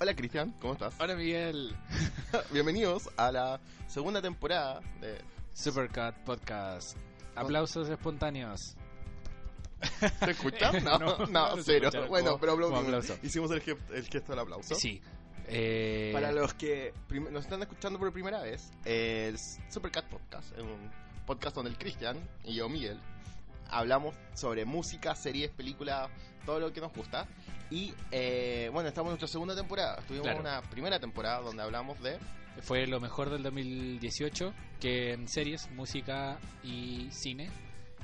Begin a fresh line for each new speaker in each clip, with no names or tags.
Hola Cristian, ¿cómo estás?
Hola Miguel,
Bienvenidos a la segunda temporada de...
Supercat Podcast. Aplausos espontáneos.
¿Se escucha? No,
No,
no,
no se
cero.
escucha.
Bueno,
Como-
pero
como
aplaudimos.
aplauso.
Hicimos el, ge- el gesto del aplauso.
Sí. Eh,
Para los que prim- nos están escuchando por primera vez, el Supercat Podcast es un podcast donde el Cristian y yo, Miguel, hablamos sobre música, series, películas, todo lo que nos gusta. Y eh, bueno, estamos en nuestra segunda temporada. Estuvimos en
Claro.
una primera temporada donde hablamos de
Fue lo mejor del 2018, que en series, música y cine.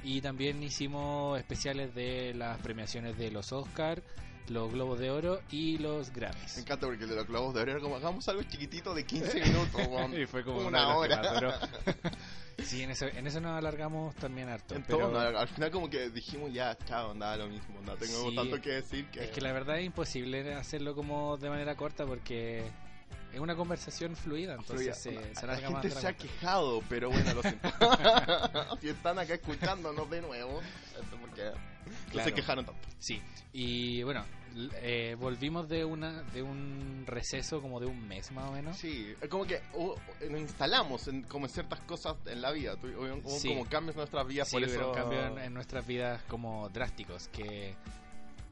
Y también hicimos especiales de las premiaciones de los Oscar, los Globos de Oro y los
Me
Grammys.
encanta porque de los globos de oro era como hagamos algo chiquitito de 15 minutos, weón.
Y fue como
una
de
hora.
las que más duró. sí, en eso, en eso nos alargamos también harto.
En
pero
todo, no, al final como que dijimos ya, chao, andaba lo mismo, no tengo
Sí.
tanto que decir que...
Es que la verdad es imposible hacerlo como de manera corta porque es una conversación fluida,
Fluida.
entonces se, se
la
alarga más.
gente
de la
se ha
cuenta.
quejado, pero bueno, lo siento. si están acá escuchándonos de nuevo, esto porque no se
Claro.
quejaron tanto.
Sí, y bueno, l- eh, volvimos de una de un receso como de un mes más o menos.
Sí, es como que oh, oh, nos instalamos en como en ciertas cosas en la vida, tu- hubieron como,
Sí.
como cambios en nuestras vidas,
Sí,
por
hubieron
eso...
cambios en, en nuestras vidas como drásticos que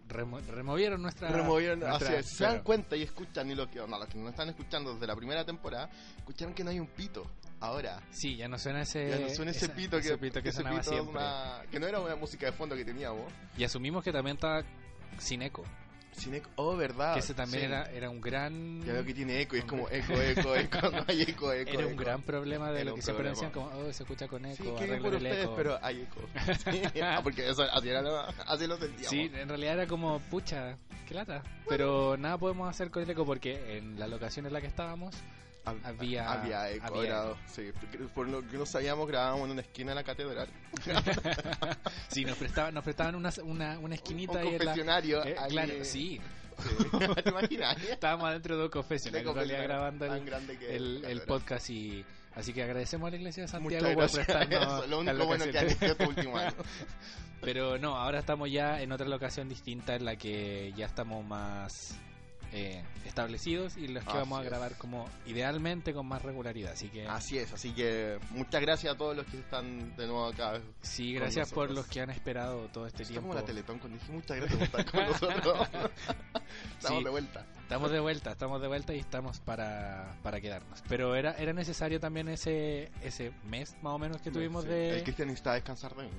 remo- removieron nuestra...
removieron
nuestra-
así es, se
claro.
dan cuenta y escuchan y los que no los que no están escuchando desde la primera temporada escucharon que no hay un pito ahora
Sí, ya no suena ese...
ya no suena ese
Eh, esa-
pito que,
ese pito que
ese
sonaba
pito es
siempre.
una- que no era una música de fondo que teníamos
Y asumimos que también estaba sin eco,
sin eco oh verdad
que ese también
sí.
era, era un gran...
ya veo que tiene eco y es como eco eco eco no hay eco eco
Era un
eco.
gran problema de
Era
lo
un
que siempre
problema.
decían como, oh, se escucha con eco,
sí qué bien
arreglen
por
el
ustedes
eco.
pero hay eco Sí, ah, porque eso así era lo- así lo sentíamos
Sí, en realidad era como, pucha, qué lata. Pero nada podemos hacer con el eco porque en la locación en la que estábamos,
Hab-
había-
había eco,
había
era- sí porque por lo que no sabíamos grabábamos en una esquina de la catedral
sí, nos prestaban, nos prestaban una, una, una
un
esquinita ahí en la...
confesionario
Eh,
ahí-
claro, sí,
¿Te imaginas?
estábamos adentro de un confesionario en realidad grabando
Tan
el,
grande que
el, el
Claro.
podcast y... Así que agradecemos a la iglesia de
Muchas
Santiago por
gracias.
prestarnos
Eso, lo
la
único bueno que han
locación.
hecho este último año.
Pero no, ahora estamos ya en otra locación distinta en la que ya estamos más eh, establecidos y los que
Así
vamos a
es.
grabar como idealmente con más regularidad. Así que
Así es, así que muchas gracias a todos los que están de nuevo acá.
sí,
con
gracias por
nosotros.
los que han esperado todo este
Está
tiempo.
como la Teletón cuando dije muchas gracias por estar con nosotros. Estamos
Sí.
de vuelta.
Estamos de vuelta, estamos de vuelta y estamos para, para quedarnos. Pero era era necesario también ese ese mes más o menos que tuvimos
Sí.
de...
El Cristian necesita descansar de mí.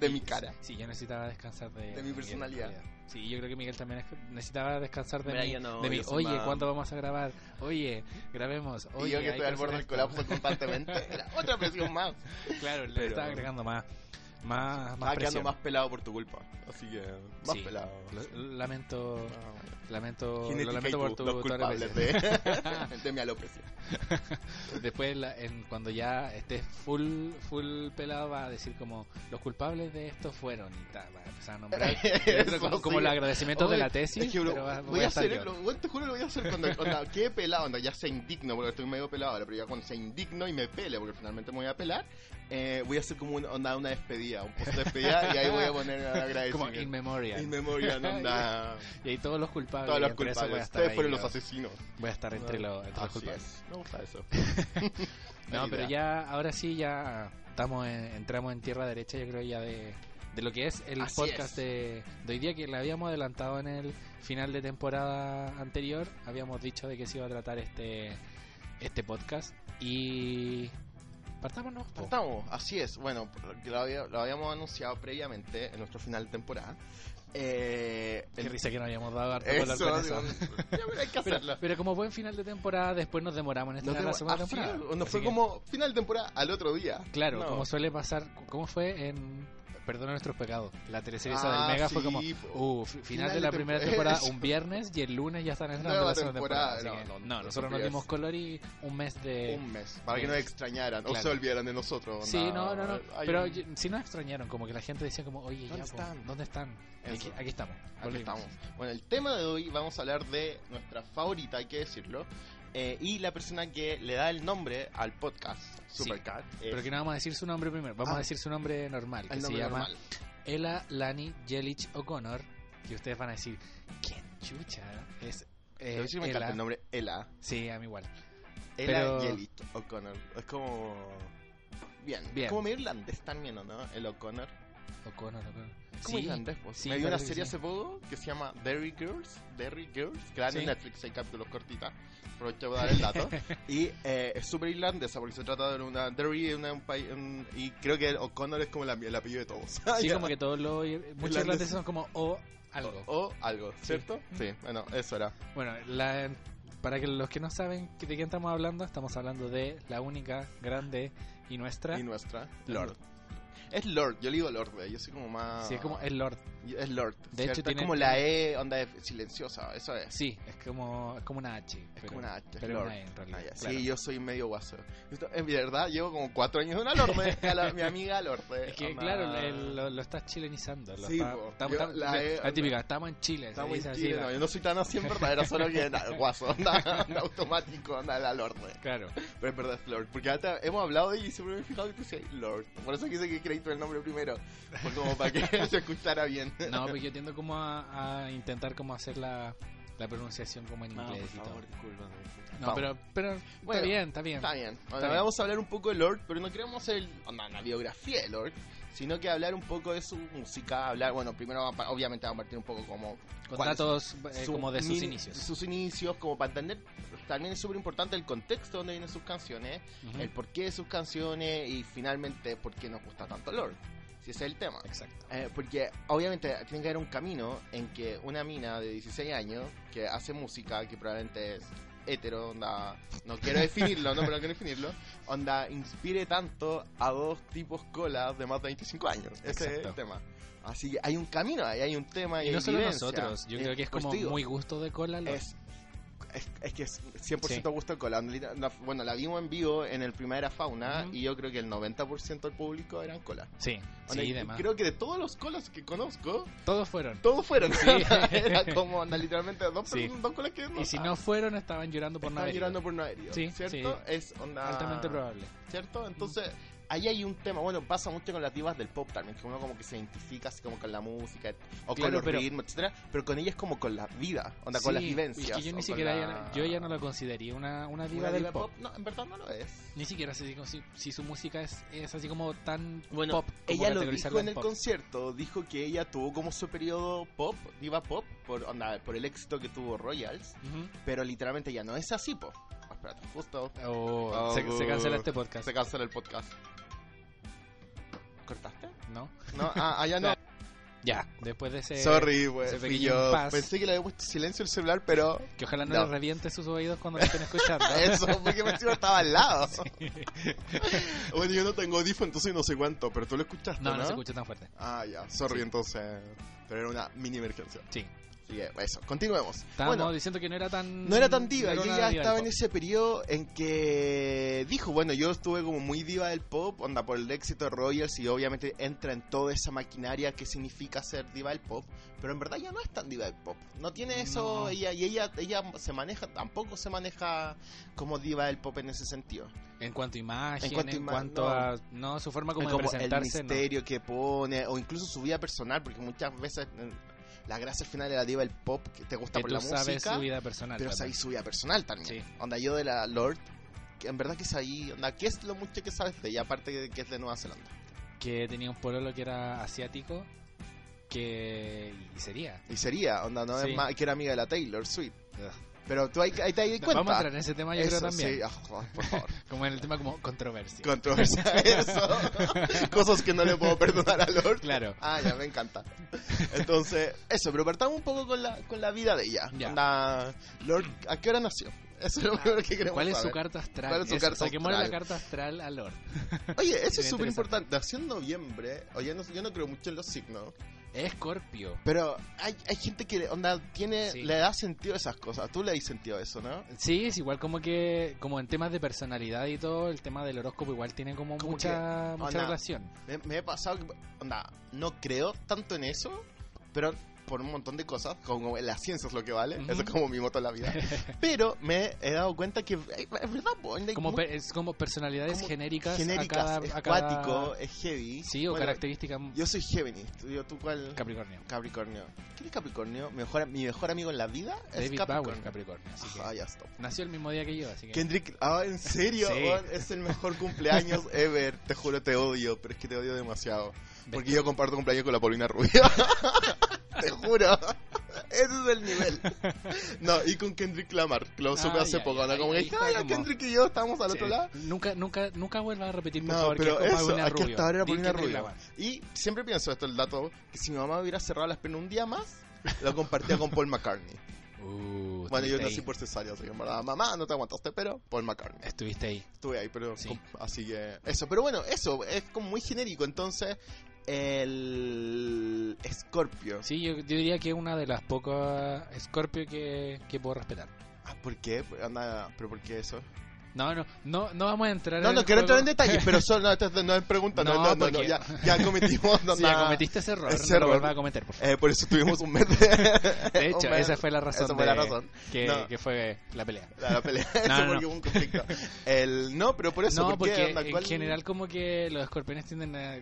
de mi cara.
Sí, yo necesitaba descansar de...
mi
Miguel,
personalidad.
en realidad. Sí, yo creo que Miguel también es- necesitaba descansar de
Mira,
mí.
yo no,
de mí,
yo soy
Oye,
más-
¿cuándo vamos a grabar? Oye, grabemos.
y
Oye,
yo que
hay
estoy al
hacer
borde del
esto".
colapso constantemente. Era otra presión más.
Claro, le
Pero-
estaba agregando más, más, más
Estaba quedando
presión.
más pelado por tu culpa. Así que, más
Sí.
pelado.
Lo- Lamento,
Ah.
lamento, lo
Genética
lamento
y
por
tú,
tu
los
tu
culpables
alopecia.
de, de mi alopecia.
Después, la- en, cuando ya estés full, full pelado, va a decir como los culpables de esto fueron y tal. Va a empezar a nombrar
Eso
como, como
sí.
los agradecimientos de
Oye,
la tesis.
es que, bro,
pero va-
voy a hacer,
estar yo.
lo- bueno, te juro lo voy a hacer cuando, onda, quede pelado, onda, ya se indigno, porque estoy medio pelado ahora, pero ya cuando se indigno y me pele, porque finalmente me voy a pelar, eh, voy a hacer como una, onda, una despedida, un post de despedida, y ahí voy a poner
Como in
agradecimiento.
memoriam.
In memoriam, onda,
y ahí todos los culpables.
todos los
entre eso voy a
culpables,
estar
ustedes
ahí
fueron
yo.
los asesinos.
Voy a estar entre, los- entre los
Así
culpables.
es, me gusta eso.
No,
Buena
pero
idea.
ya, ahora sí, ya estamos en- entramos en tierra derecha, yo creo ya de, de lo que es el
Así es.
podcast De, de hoy día que le habíamos adelantado en el final de temporada anterior, habíamos dicho de que se iba a tratar este este podcast y partamos,
Oh.
¿no? Po.
Partamos, así es. Bueno, que lo, había- lo habíamos anunciado previamente en nuestro final de temporada. Eh,
Qué
el-
risa que nos habíamos dado harto por hablar
Eso,
con
digo,
eso.
ya, pero hay que hacerlo.
Pero, pero como buen final de temporada, después nos demoramos en
No
estrenar
tengo-
la segunda
así
temporada.
es, no
Así
fue
que,
como final de temporada al otro día.
Claro,
No.
como suele pasar, ¿cómo fue en... Perdona nuestros pecados. La teleserie esa
Ah,
del Mega fue
sí,
como...
po.
Uh, fi- final,
Final
de la
de
primera
temporada.
temporada,
Eso.
un viernes y el lunes ya están entrando
Nueva
la segunda temporada.
temporada.
así
No,
que-
no,
no,
no,
nosotros nos
estupidez.
dimos color y un mes de.
un mes, para que no
mes.
extrañaran o se
Claro.
olvidaran de nosotros.
Sí, no, no, no.
eh, Hay
Pero
un-
yo- sí nos extrañaron, como que la gente decía, como, oye,
¿Dónde
ya, po,
están?
¿dónde están?
Eso.
Aquí, aquí estamos.
Aquí
volvimos.
estamos. Bueno, el tema de hoy vamos a hablar de nuestra favorita, hay que decirlo. eh, y la persona que le da el nombre al podcast,
Sí.
Supercat, es
Pero que no vamos a decir su nombre primero, vamos
Ah.
a decir su nombre normal, que
el
se
nombre
llama
normal.
Ela Lani Jelich O'Connor. Y ustedes van a decir, ¿quién chucha es
a mí sí me encanta el nombre Ella.
Sí, a mí igual.
Ella
Pero-
Yelit O'Connor. Es como. Bien,
Bien.
como medio irlandés también, ¿o no? El O'Connor.
O'Connor, O'Connor.
Es como irlandés, pues.
sí,
Me vi una
parece que
serie
sí.
hace poco que se llama Derry Girls. Derry Girls. Que la dan
Sí.
en Netflix, hay capítulos cortitas. Aprovecho para dar el dato. y eh, es súper irlandesa porque se trata de una. Derry es una- un país. un- y creo que el O'Connor es como la- el apellido de todos.
Sí,
Ya.
como que todos los... ir- Muchos irlandeses son como o algo.
O, o algo, ¿cierto?
Mm.
Sí, bueno, eso era.
Bueno, la- para que los que no saben que- de quién estamos hablando, estamos hablando de la única, grande y nuestra.
Y nuestra. Lord. Es Lord, yo le digo Lord, güey. Yo soy como más.
Sí, es como el Lord.
Es Lord.
De
¿cierto?
hecho, tiene-
es como la E, onda de- silenciosa, eso es.
Sí, es como, es como una H.
Es como una H, es
Pero
Lord.
una E en realidad.
Ah, ya,
claro.
Sí, yo soy medio guaso. Esto- En verdad, llevo como cuatro años de una Lorde. a la- mi amiga Lorde.
Es que,
onda-
claro, el- lo, lo estás chilenizando. Lo
Sí,
está-
po.
estamos-
Yo,
estamos-
la
la,
E-
típica, estamos en Chile. se
Estamos
dice
en
así,
Chile,
la-
no, yo no soy tan así en verdad, era solo que na, guaso, anda, automático, anda la Lorde.
Claro,
Pero es verdad, es Lord. Porque hasta hemos hablado y siempre me he fijado que tú decías Lord. Por eso quise que creí tú el nombre primero. Fue como para que se escuchara bien.
no, pues yo tiendo como a, a intentar como hacer la, la pronunciación como en
No,
inglés
por
y todo.
favor, discúlpame.
No, pero, pero
Bueno,
está bien, está bien.
Está bien. Ahora
bien.
Vamos a hablar un poco de Lord, pero no queremos hacer onda, una biografía de Lord, sino que hablar un poco de su música. Hablar, bueno, primero va pa- obviamente vamos a partir un poco como
Con
cuál es
datos eh,
su-
como de sus
min-
inicios.
Sus inicios, como para entender. También es súper importante el contexto donde vienen sus canciones,
Ujú.
el porqué de sus canciones y finalmente por qué nos gusta tanto Lord. Si ese es el tema.
Exacto.
Eh, porque obviamente tiene que haber un camino en que una mina de 16 años que hace música, que probablemente es hetero, onda, no quiero definirlo, no, pero quiero definirlo, onda, inspire tanto a dos tipos colas de más de 25 años. Ese es
Exacto.
el tema. Así que hay un camino, ahí hay un tema y,
Y
hay
no solo
vivencia.
nosotros, yo
Eh,
creo que es
pues
como
te digo,
muy gusto de cola. lo-
es, es, es que es 100%
Sí.
gusto cola. Onda, la- Bueno, la vimos en vivo en el Primavera Fauna
Ujú.
y yo creo que el 90% del público eran colas.
Sí,
Onda,
sí,
y
demás.
creo que de todos los colas que conozco,
Todos fueron.
todos fueron.
Sí.
Era como, onda, literalmente, dos,
Sí.
personas, dos colas que
Y si no fueron, estaban llorando por
Están
no haber ido.
Ah. llorando por no haber ido,
Sí,
¿cierto?
sí.
Es onda.
Altamente probable.
¿Cierto? Entonces, ahí hay un tema. Bueno, pasa mucho con las divas del pop también, que uno como que se identifica así como con la música, o con
Claro,
los
pero-
ritmos, etcétera Pero con ella es como con la vida, onda,
Sí,
con las
Es
vivencias.
que yo
o
ni
con
siquiera.
la-
ya- yo ya no la consideraría una, una diva
una
del
diva
pop.
No, en verdad no lo es.
Ni siquiera sé si- si, si su música es, es así como tan
Bueno,
pop. como
Ella lo dijo
categorizarla
en el
pop.
concierto, dijo que ella tuvo como su periodo pop, diva pop, por, onda, por el éxito que tuvo Royals,
Ujú.
pero literalmente ya no es así, po. Ah, Espérate, justo
Oh, se,
Oh,
se cancela
uh.
este podcast,
se cancela el podcast. ¿Cortaste?
¿no?
No, ah, ah, ya no.
Ya, después de ese.
Sorry, güey.
ese
fui
pequeño
yo.
impas.
Pensé que le había puesto silencio el celular, pero
Que ojalá no,
No.
le reviente sus oídos cuando lo estén escuchando.
eso, porque me encima estaba al lado. bueno, yo no tengo audífono, entonces no sé cuánto, pero tú lo escuchaste,
no,
¿no?
no se escucha tan fuerte.
Ah, ya, sorry,
Sí.
entonces. Pero era una mini emergencia.
Sí.
Así que, eso, continuemos.
Estábamos
Bueno,
diciendo que no era tan.
No era tan diva, yo
no era una
ya
diva del
estaba
pop.
en ese periodo en que dijo, bueno, yo estuve como muy diva del pop, onda por el éxito de Royals y obviamente entra en toda esa maquinaria que significa ser diva del pop, pero en verdad ya no es tan diva del pop. No tiene eso
No.
ella y ella ella se maneja, tampoco se maneja como diva del pop en ese sentido.
En cuanto a imagen, en
cuanto a
cuanto,
ima-
a. No, su forma como,
como
de
el
presentarse. no.
misterio que pone o incluso su vida personal, porque muchas veces eh, la gracia al final de la diva del pop que te gusta
Que
por
tú
la
sabes
música.
su vida personal.
Pero
también.
sabéis su vida personal también.
Sí.
Onda, yo de la Lord, que en verdad que sabí, onda, ¿qué es lo mucho que sabes de ella? Aparte que, que es de Nueva Zelanda.
que tenía un pololo que era asiático que y sería
Y sería, onda, no
Sí.
es más, que era amiga de la Taylor Swift. Pero tú ahí, ahí te das cuenta.
vamos a entrar en ese tema yo
Eso,
creo también
sí, ah, joder, por favor.
como en el tema como controversia
Controversia, eso. Cosas que no le puedo perdonar a Lord.
claro
Ah, ya, me encanta. Entonces, eso, pero partamos un poco con la, con la vida de ella.
Ya. Ah,
Onda, Lord, ¿a qué hora nació? Eso es lo primero que queremos
¿Cuál es su
saber.
carta astral?
¿Cuál es su
Eso,
carta
saquémosle la
astral?
carta astral a Lord.
Oye, eso es
Sería
súper importante. Nació en noviembre. Oye, no- yo no creo mucho en los signos.
Escorpio.
Pero hay, hay gente que onda tiene
Sí.
le da sentido a esas cosas. Tú le das sentido a eso, ¿no?
Sí, es igual como que como en temas de personalidad y todo, el tema del horóscopo igual tiene como
Como
mucha mucha
onda,
relación.
Me, me he pasado que onda no creo tanto en eso, pero por un montón de cosas, como la ciencia es lo que vale,
Ujú.
eso es como mi moto en la vida. Pero me he dado cuenta que eh, es verdad, po, hay
Como,
mu-
pe- es como personalidades
como
genéricas,
genéricas,
a
es
cada... a cada-
cuático, es heavy.
Sí, o
Bueno,
características
Yo soy Géminis, tú, yo- tú cuál?
Capricornio.
Capricornio. ¿Quién es Capricornio? Mejor, mi mejor amigo en la vida es
David
Capricornio.
Bauer, Capricornio. Así que
Ah, ya está.
nació el mismo día que yo, así que...
Kendrick, ah, en serio,
Sí.
weón, es el mejor cumpleaños ever. Te juro, te odio, pero es que te odio demasiado. Porque yo comparto cumpleaños con la Paulina Rubio. Te juro. Ese es el nivel. No, y con Kendrick Lamar, que lo supe
Ah,
hace
ya,
poco.
ya,
¿no?
ahí-
Como que
ahí
dije,
está
"Ay,
como-
Kendrick y yo estábamos al otro
Sí,
lado.
Nunca, nunca, nunca vuelvas a repetir, por
No,
favor,
pero
que es como
eso,
Paulina
aquí
Rubio.
hasta ahora era
Di que
Paulina
te
Rubio.
clavan.
Y siempre pienso esto, el dato, que si mi mamá hubiera cerrado las piernas un día más, lo compartía con Paul McCartney.
Uh,
Bueno, yo
estuviste
nací
ahí.
por cesárea, así que en verdad, mamá, no te aguantaste, pero Paul McCartney.
Estuviste ahí.
estuve ahí, pero
Sí.
com- así que eso, pero bueno, eso es como muy genérico, entonces el Scorpio.
Sí, yo, yo diría que es una de las pocas Scorpio que, que puedo respetar.
Ah, ¿Por qué? Anda, pero ¿por qué eso?
No, no, no, no vamos a entrar
No,
en
no
el
quiero entrar en
juego.
detalles, pero solo no, esto no es pregunta, no,
No,
no, no, no,
porque-
ya, ya cometimos no,
Sí, ya
nada.
cometiste ese error,
Ese
no lo
error.
vuelvas a cometer, por favor.
Eh, por eso tuvimos un mes de,
De hecho,
un mes-
esa fue la razón,
esa fue la
de-
razón.
Que,
No.
que fue la pelea.
La, la pelea, eso
no, no.
porque hubo un conflicto. El, no, pero por eso,
no,
¿por qué?
porque
Anda,
en
¿cuál-
general como que los escorpiones tienden a,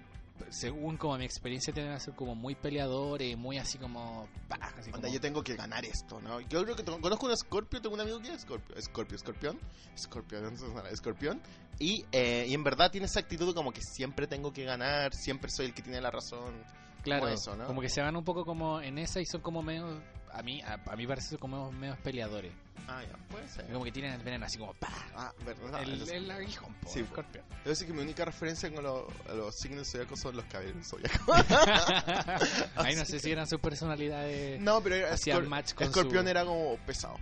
según como mi experiencia, tienden a ser como muy peleadores, muy así como... pa, así
Onda,
como-
yo tengo que ganar esto, ¿no? Yo creo que tengo- conozco un Scorpio, tengo un amigo que es Scorpio, Scorpio, Scorpión, Scorpión, Scorpión, y, eh, y en verdad tiene esa actitud como que siempre tengo que ganar, siempre soy el que tiene la razón.
Claro,
como
como,
eso, ¿no?
que se van un poco como en esa y son como medio... A mí, a, a mí parece como medio peleadores.
Ah, ya, puede ser.
Como que tienen el veneno así como... pa,
Ah, verdad.
el,
entonces-
el aguijón, po,
Sí, po.
escorpión.
Yo sé que mi única referencia con los, a los signos zodiacos son los caballeros zodiacos.
Ahí no sé si eran sus personalidades...
No, pero era
Hacían
Scor-
match con
Scorpión
su-
era como pesado.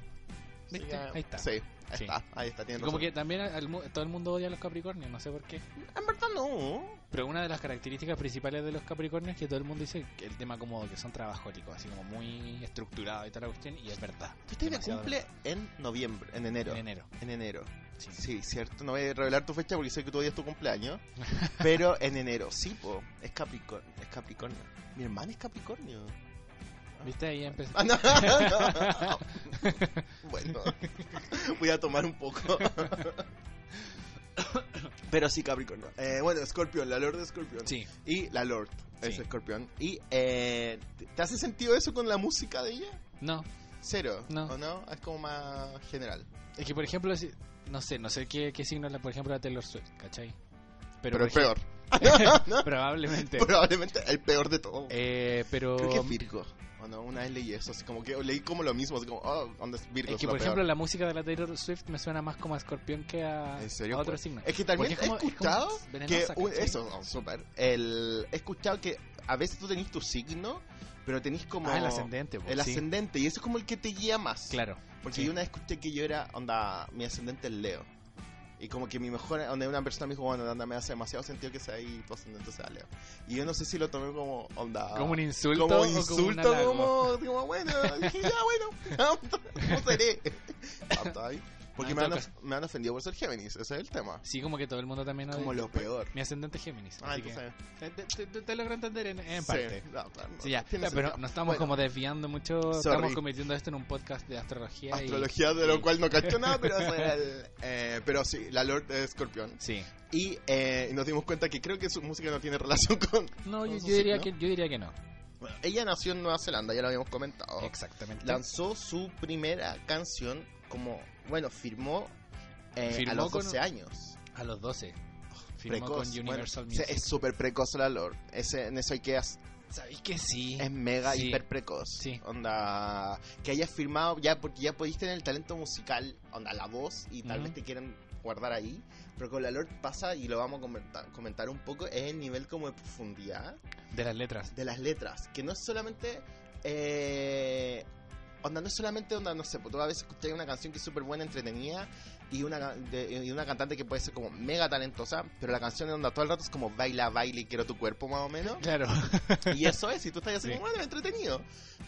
¿Viste?
Sí,
Ahí está.
Sí, ahí
Sí.
está, ahí está.
Y
tiene
como
razón.
que también al mu- todo el mundo odia a los capricornios, no sé por qué.
En verdad no.
Pero una de las características principales de los Capricornios es que todo el mundo dice que el tema como que son trabajólicos, así como muy estructurado y tal la cuestión, y es verdad.
Tu historia
Demasiado
Este cumple en noviembre, en enero.
verdad. en enero.
En enero.
Sí.
Sí, cierto. No voy a revelar tu fecha porque sé que todavía es tu cumpleaños. pero en enero, sí, po. Es Capricornio. Es Capricornio. Mi hermana es Capricornio.
¿Viste? Ahí empezó.
Ah, no, no. bueno, voy a tomar un poco. pero sí, Capricornio. Eh, bueno, Escorpión, la Lord de Escorpión.
Sí,
Y la Lord es
Sí.
Escorpión. ¿Y eh, te- te hace sentido eso con la música de ella?
no.
Cero.
No.
¿O no? Es como más general.
Es que por ejemplo, si- no sé, no sé qué, qué signo es, la- por ejemplo, la Taylor Swift, ¿cachai?
Pero,
por
el peor.
ejemplo- Probablemente.
Probablemente el peor de todo.
Eh, pero
Creo que es Virgo. O no, una vez leí eso, así como que leí como lo mismo, así como, oh, ¿dónde es Virgo?
es que
lo
por ejemplo
peor.
la música de la Taylor Swift me suena más como a escorpión que a,
¿En serio?
a otro
Pues,
signo.
Es que también
Porque es como-
he
es como
escuchado que,
venenosa,
uy,
¿cachai?
eso, oh, súper. El- He escuchado que a veces tú tenés tu signo, pero tenés como...
Ah, el ascendente, pues,
el
sí.
ascendente, y eso es como el que te guía más.
Claro.
Porque
sí.
yo una vez escuché que yo era, onda, mi ascendente es Leo. Y como que mi mejor, donde una persona me dijo, bueno, onda, me hace demasiado sentido que sea ahí tu ascendente sea Leo. Y yo no sé si lo tomé como, onda...
Como un insulto.
Ah, como
o un
insulto,
halago?
como, como, bueno, dije, ya bueno, no seré. Hasta ahí. Porque
Ah, en
me han,
todo
of- me han ofendido por ser Géminis, ese es el tema.
Sí, como que todo el mundo también.
Como
odia-
lo peor.
Mi ascendente es Géminis.
Ah,
así que-
entonces.
te, te- te- te logro entender en, en
sí,
parte.
no, claro, no,
Sí, ya.
tiene
Ya, pero
sentido.
no estamos
Bueno,
como desviando mucho.
Sorry.
Estamos convirtiendo esto en un podcast de astrología. y-
Astrología, de lo
y-
cual no cacho nada, pero, eso era el, eh, pero sí, la Lord de Escorpión.
Sí.
Y eh, nos dimos cuenta que creo que su música no tiene relación con.
No, yo,
Entonces,
yo diría
¿no?
que, yo diría que no.
Bueno, ella nació en Nueva Zelanda, ya lo habíamos comentado.
Exactamente.
Lanzó su primera canción como. Bueno, firmó, eh,
Firmó
a los
con-
12 años.
A los 12. Firmó
Oh, Precoz.
con
bueno,
Universal
o sea,
Music.
es súper precoz la Lord. Ese, en eso hay que hacer.
¿Sabéis que sí?
Es mega
Sí.
hiper precoz.
Sí.
Onda. Que hayas firmado, ya porque ya podéis tener el talento musical, onda la voz, y tal
Ujú.
vez te quieran guardar ahí. Pero con la Lord pasa, y lo vamos a comentar, comentar un poco, es el nivel como de profundidad
De las letras.
de las letras. Que no es solamente. eh, onda, no es solamente onda, no sé, porque tú a veces escuchas una canción que es súper buena, entretenida, y una, ca- de, y una cantante que puede ser como mega talentosa, pero la canción onda todo el rato es como baila, baila y quiero tu cuerpo más o menos.
Claro.
Y eso es, y tú estás así,
Sí.
como, bueno, entretenido.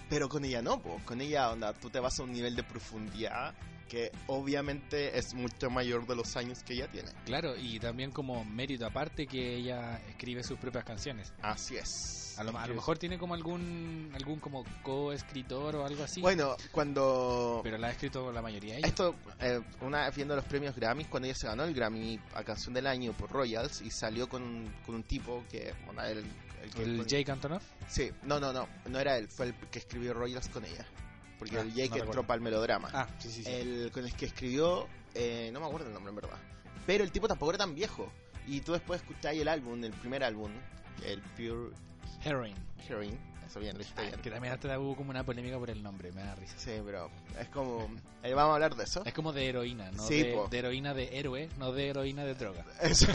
Pero con ella no, po. con ella, onda, tú te vas a un nivel de profundidad que obviamente es mucho mayor de los años que ella tiene.
Claro, y también como mérito aparte que ella escribe sus propias canciones.
Así es.
A lo, a lo mejor tiene como algún algún como co-escritor o algo así.
Bueno, cuando...
pero la ha escrito la mayoría ella.
Esto, eh, una vez viendo los premios Grammys, cuando ella se ganó el Grammy a Canción del Año por Royals y salió con, con un tipo que... Bueno, el, el que-
El
con-
Jake Antonoff.
Sí, no, no, no, no era él, fue el que escribió Royals con ella. Porque
Ah,
el Jake
no
entró
recuerdo.
para el melodrama.
Ah, sí, sí, sí.
El con el que escribió, eh, no me acuerdo el nombre en verdad. Pero el tipo tampoco era tan viejo. Y tú después escucháis el álbum, el primer álbum, el Pure
Herring.
Hearing. Eso bien, lo dijiste
Ay, Ah, que
bien.
también hasta hubo como una polémica por el nombre, me da risa.
Sí, pero es como. eh, vamos a hablar de eso.
Es como de heroína, ¿no?
Sí,
de,
po.
de heroína de héroe, no de heroína de droga.
Eso.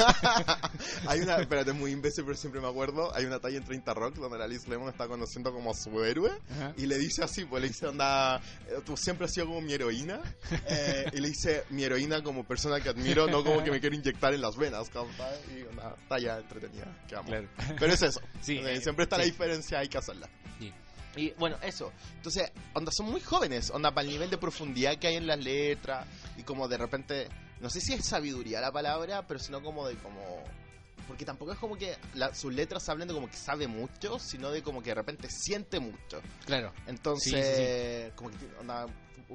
hay una, espérate, es muy imbécil, pero siempre me acuerdo. Hay una talla en 30 Rock donde la Liz Lemon está conociendo como a su héroe. Y le dice así, pues le dice, onda, eh, tú siempre has sido como mi heroína. eh, y le dice, mi heroína como persona que admiro, no como que me quiero inyectar en las venas, ¿cachai? Y una talla entretenida, que amo.
Claro.
Pero es eso.
Sí,
O sea,
eh,
siempre está la
sí.
diferencia, hay que hacerla.
Sí.
Y bueno, eso. Entonces, onda, son muy jóvenes, onda, para el nivel de profundidad que hay en las letras. Y como de repente, no sé si es sabiduría la palabra, pero sino como de como... Porque tampoco es como que la- sus letras hablen de como que sabe mucho, sino de como que de repente siente mucho.
Claro.
Entonces, como que tiene- onda,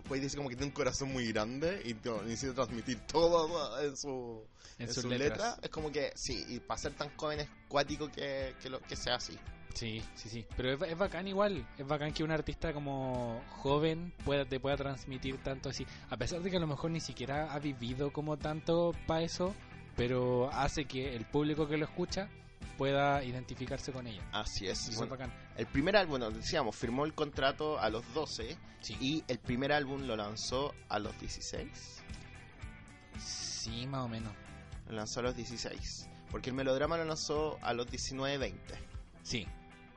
puede decir como que tiene un corazón muy grande y no, necesita transmitir todo en su,
En,
en
sus
sus
letras.
letras. Es como que, sí, y para ser tan joven es cuático que, que, lo, que sea así.
Sí, sí, sí. Pero es, es bacán igual. Es bacán que un artista como joven pueda, te pueda transmitir tanto así. A pesar de que a lo mejor ni siquiera ha vivido como tanto para eso, pero hace que el público que lo escucha pueda identificarse con ella.
Así
Eso
es.
es
Bueno,
bacán.
el primer álbum, bueno, decíamos, firmó el contrato a los 12
Sí.
y el primer álbum lo lanzó a los 16.
Sí, más o menos.
Lo lanzó a los 16. Porque el melodrama lo lanzó a los 19-20.
Sí.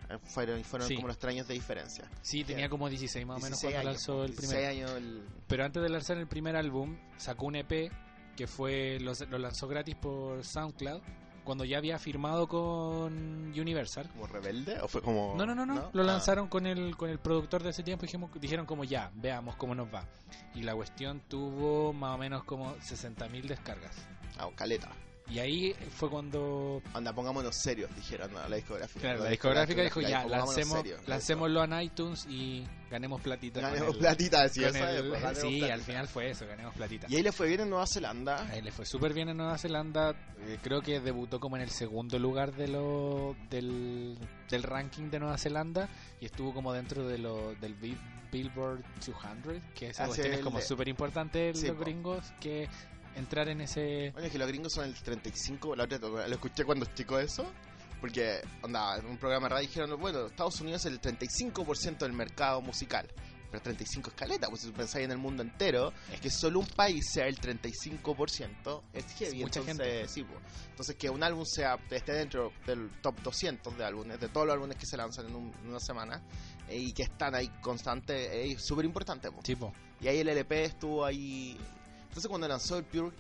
Eh, Fueron, fueron
Sí.
como los tres años de diferencia.
Sí, tenía como 16 más o menos
16
cuando
años,
lanzó el
16
primer.
años el-
Pero antes de lanzar el primer álbum, sacó un EP que fue lo, lo lanzó gratis por SoundCloud cuando ya había firmado con Universal.
como rebelde o fue como Ah,
No, no, no, no. Lo lanzaron con el, con el productor de ese tiempo y dijimos, dijeron como ya, veamos cómo nos va. Y la cuestión tuvo más o menos como 60.000 descargas.
Ah, ah, caleta
Y ahí fue cuando
anda pongámonos serios dijeron a la discográfica
claro, la discográfica dijo ya,
pongámonos
lancemos,
serios".
lancémoslo en iTunes y ganemos platita. con
ganemos
el-
platita decía
con
esa
el- eh,
época, ganemos
sí,
platita.
al final fue eso, ganemos platita.
y ahí le fue bien en Nueva Zelanda
A él Ah, le fue súper bien en Nueva Zelanda. eh, creo que debutó como en el segundo lugar de lo, del, del ranking de Nueva Zelanda y estuvo como dentro de lo, del Bi- Billboard 200, que esa
Hace
cuestión es
Ah, el
como
de-
súper importante
Sí,
los
po.
gringos que entrar en ese.
bueno es que los gringos son el 35 la otra lo escuché cuando chico eso porque onda en un programa de radio dijeron bueno Estados Unidos es el 35% del mercado musical pero 35 es caleta, pues si tú pensáis en el mundo entero, es que solo un país sea el 35%, es heavy.
mucha
entonces,
gente.
sí, pues. Entonces, que un álbum sea esté dentro del top 200 de álbumes, de todos los álbumes que se lanzan en, un- en una semana, eh, y que están ahí constantes, eh, es súper importante. pues.
Tipo,
Y ahí el LP estuvo ahí. Entonces, cuando lanzó el Pure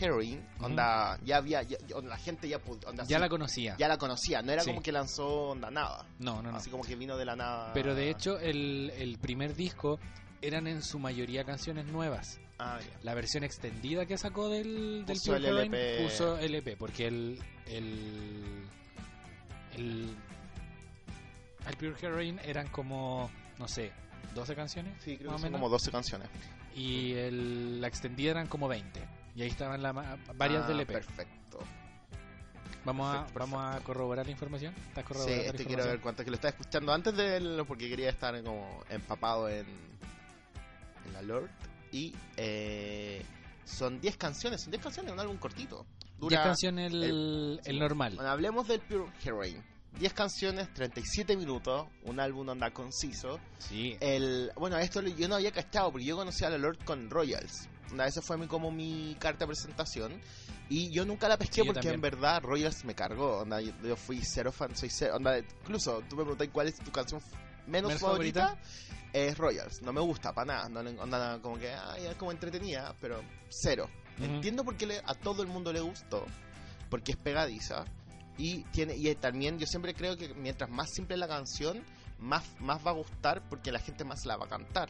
Heroin,
Ujú.
onda, ya había, ya- ya- la gente ya, pu- onda,
ya
sí,
la conocía.
ya Ah, la conocía, no era
Sí.
como que lanzó onda nada,
No, no, no.
así como que vino de la nada.
Pero de hecho, el, el primer disco eran en su mayoría canciones nuevas.
Ah, ya.
La versión extendida que sacó del, del
Puso
Pure
el
Heroin
LP.
puso LP, porque el. El. El, el Pure Heroin eran como, no sé, 12 canciones.
Sí, creo que
más o
son
menos,
como 12 canciones. Mm.
Y el- la extendida eran como 20. Y ahí estaban la ma- varias
Ah,
del LP.
Perfecto.
Vamos, a,
perfecto,
vamos a corroborar la información. ¿Estás
Sí,
corroborando la
este quiero ver
información?
cuánto que lo está escuchando antes de él, porque quería estar como empapado en, en la Lord. Y eh, son 10 canciones, son 10 canciones, un álbum cortito. Dura, Eh,
10 canciones el, el
sí.
normal.
Bueno, hablemos del Pure Heroin. 10 canciones, 37 minutos, un álbum onda conciso.
sí.
eh, El, bueno, esto lo- yo no había cachado porque yo conocí a la Lord con Royals. Onda, Esa fue mi, como mi carta de presentación. Y yo nunca la pesqué
Sí, yo
porque en
también.
verdad Royals me cargó. Onda, yo, yo fui cero fan, soy cero. Onda, incluso tú me preguntas cuál es tu canción f- menos
¿Menos
favorita. Es Royals. No me gusta para nada. No, le- onda, como que ay, es como entretenida, pero cero.
Ujú.
Entiendo por qué le- a todo el mundo le gustó. Porque es pegadiza. Y tiene y eh, también yo siempre creo que mientras más simple la canción, más, más va a gustar porque la gente más la va a cantar.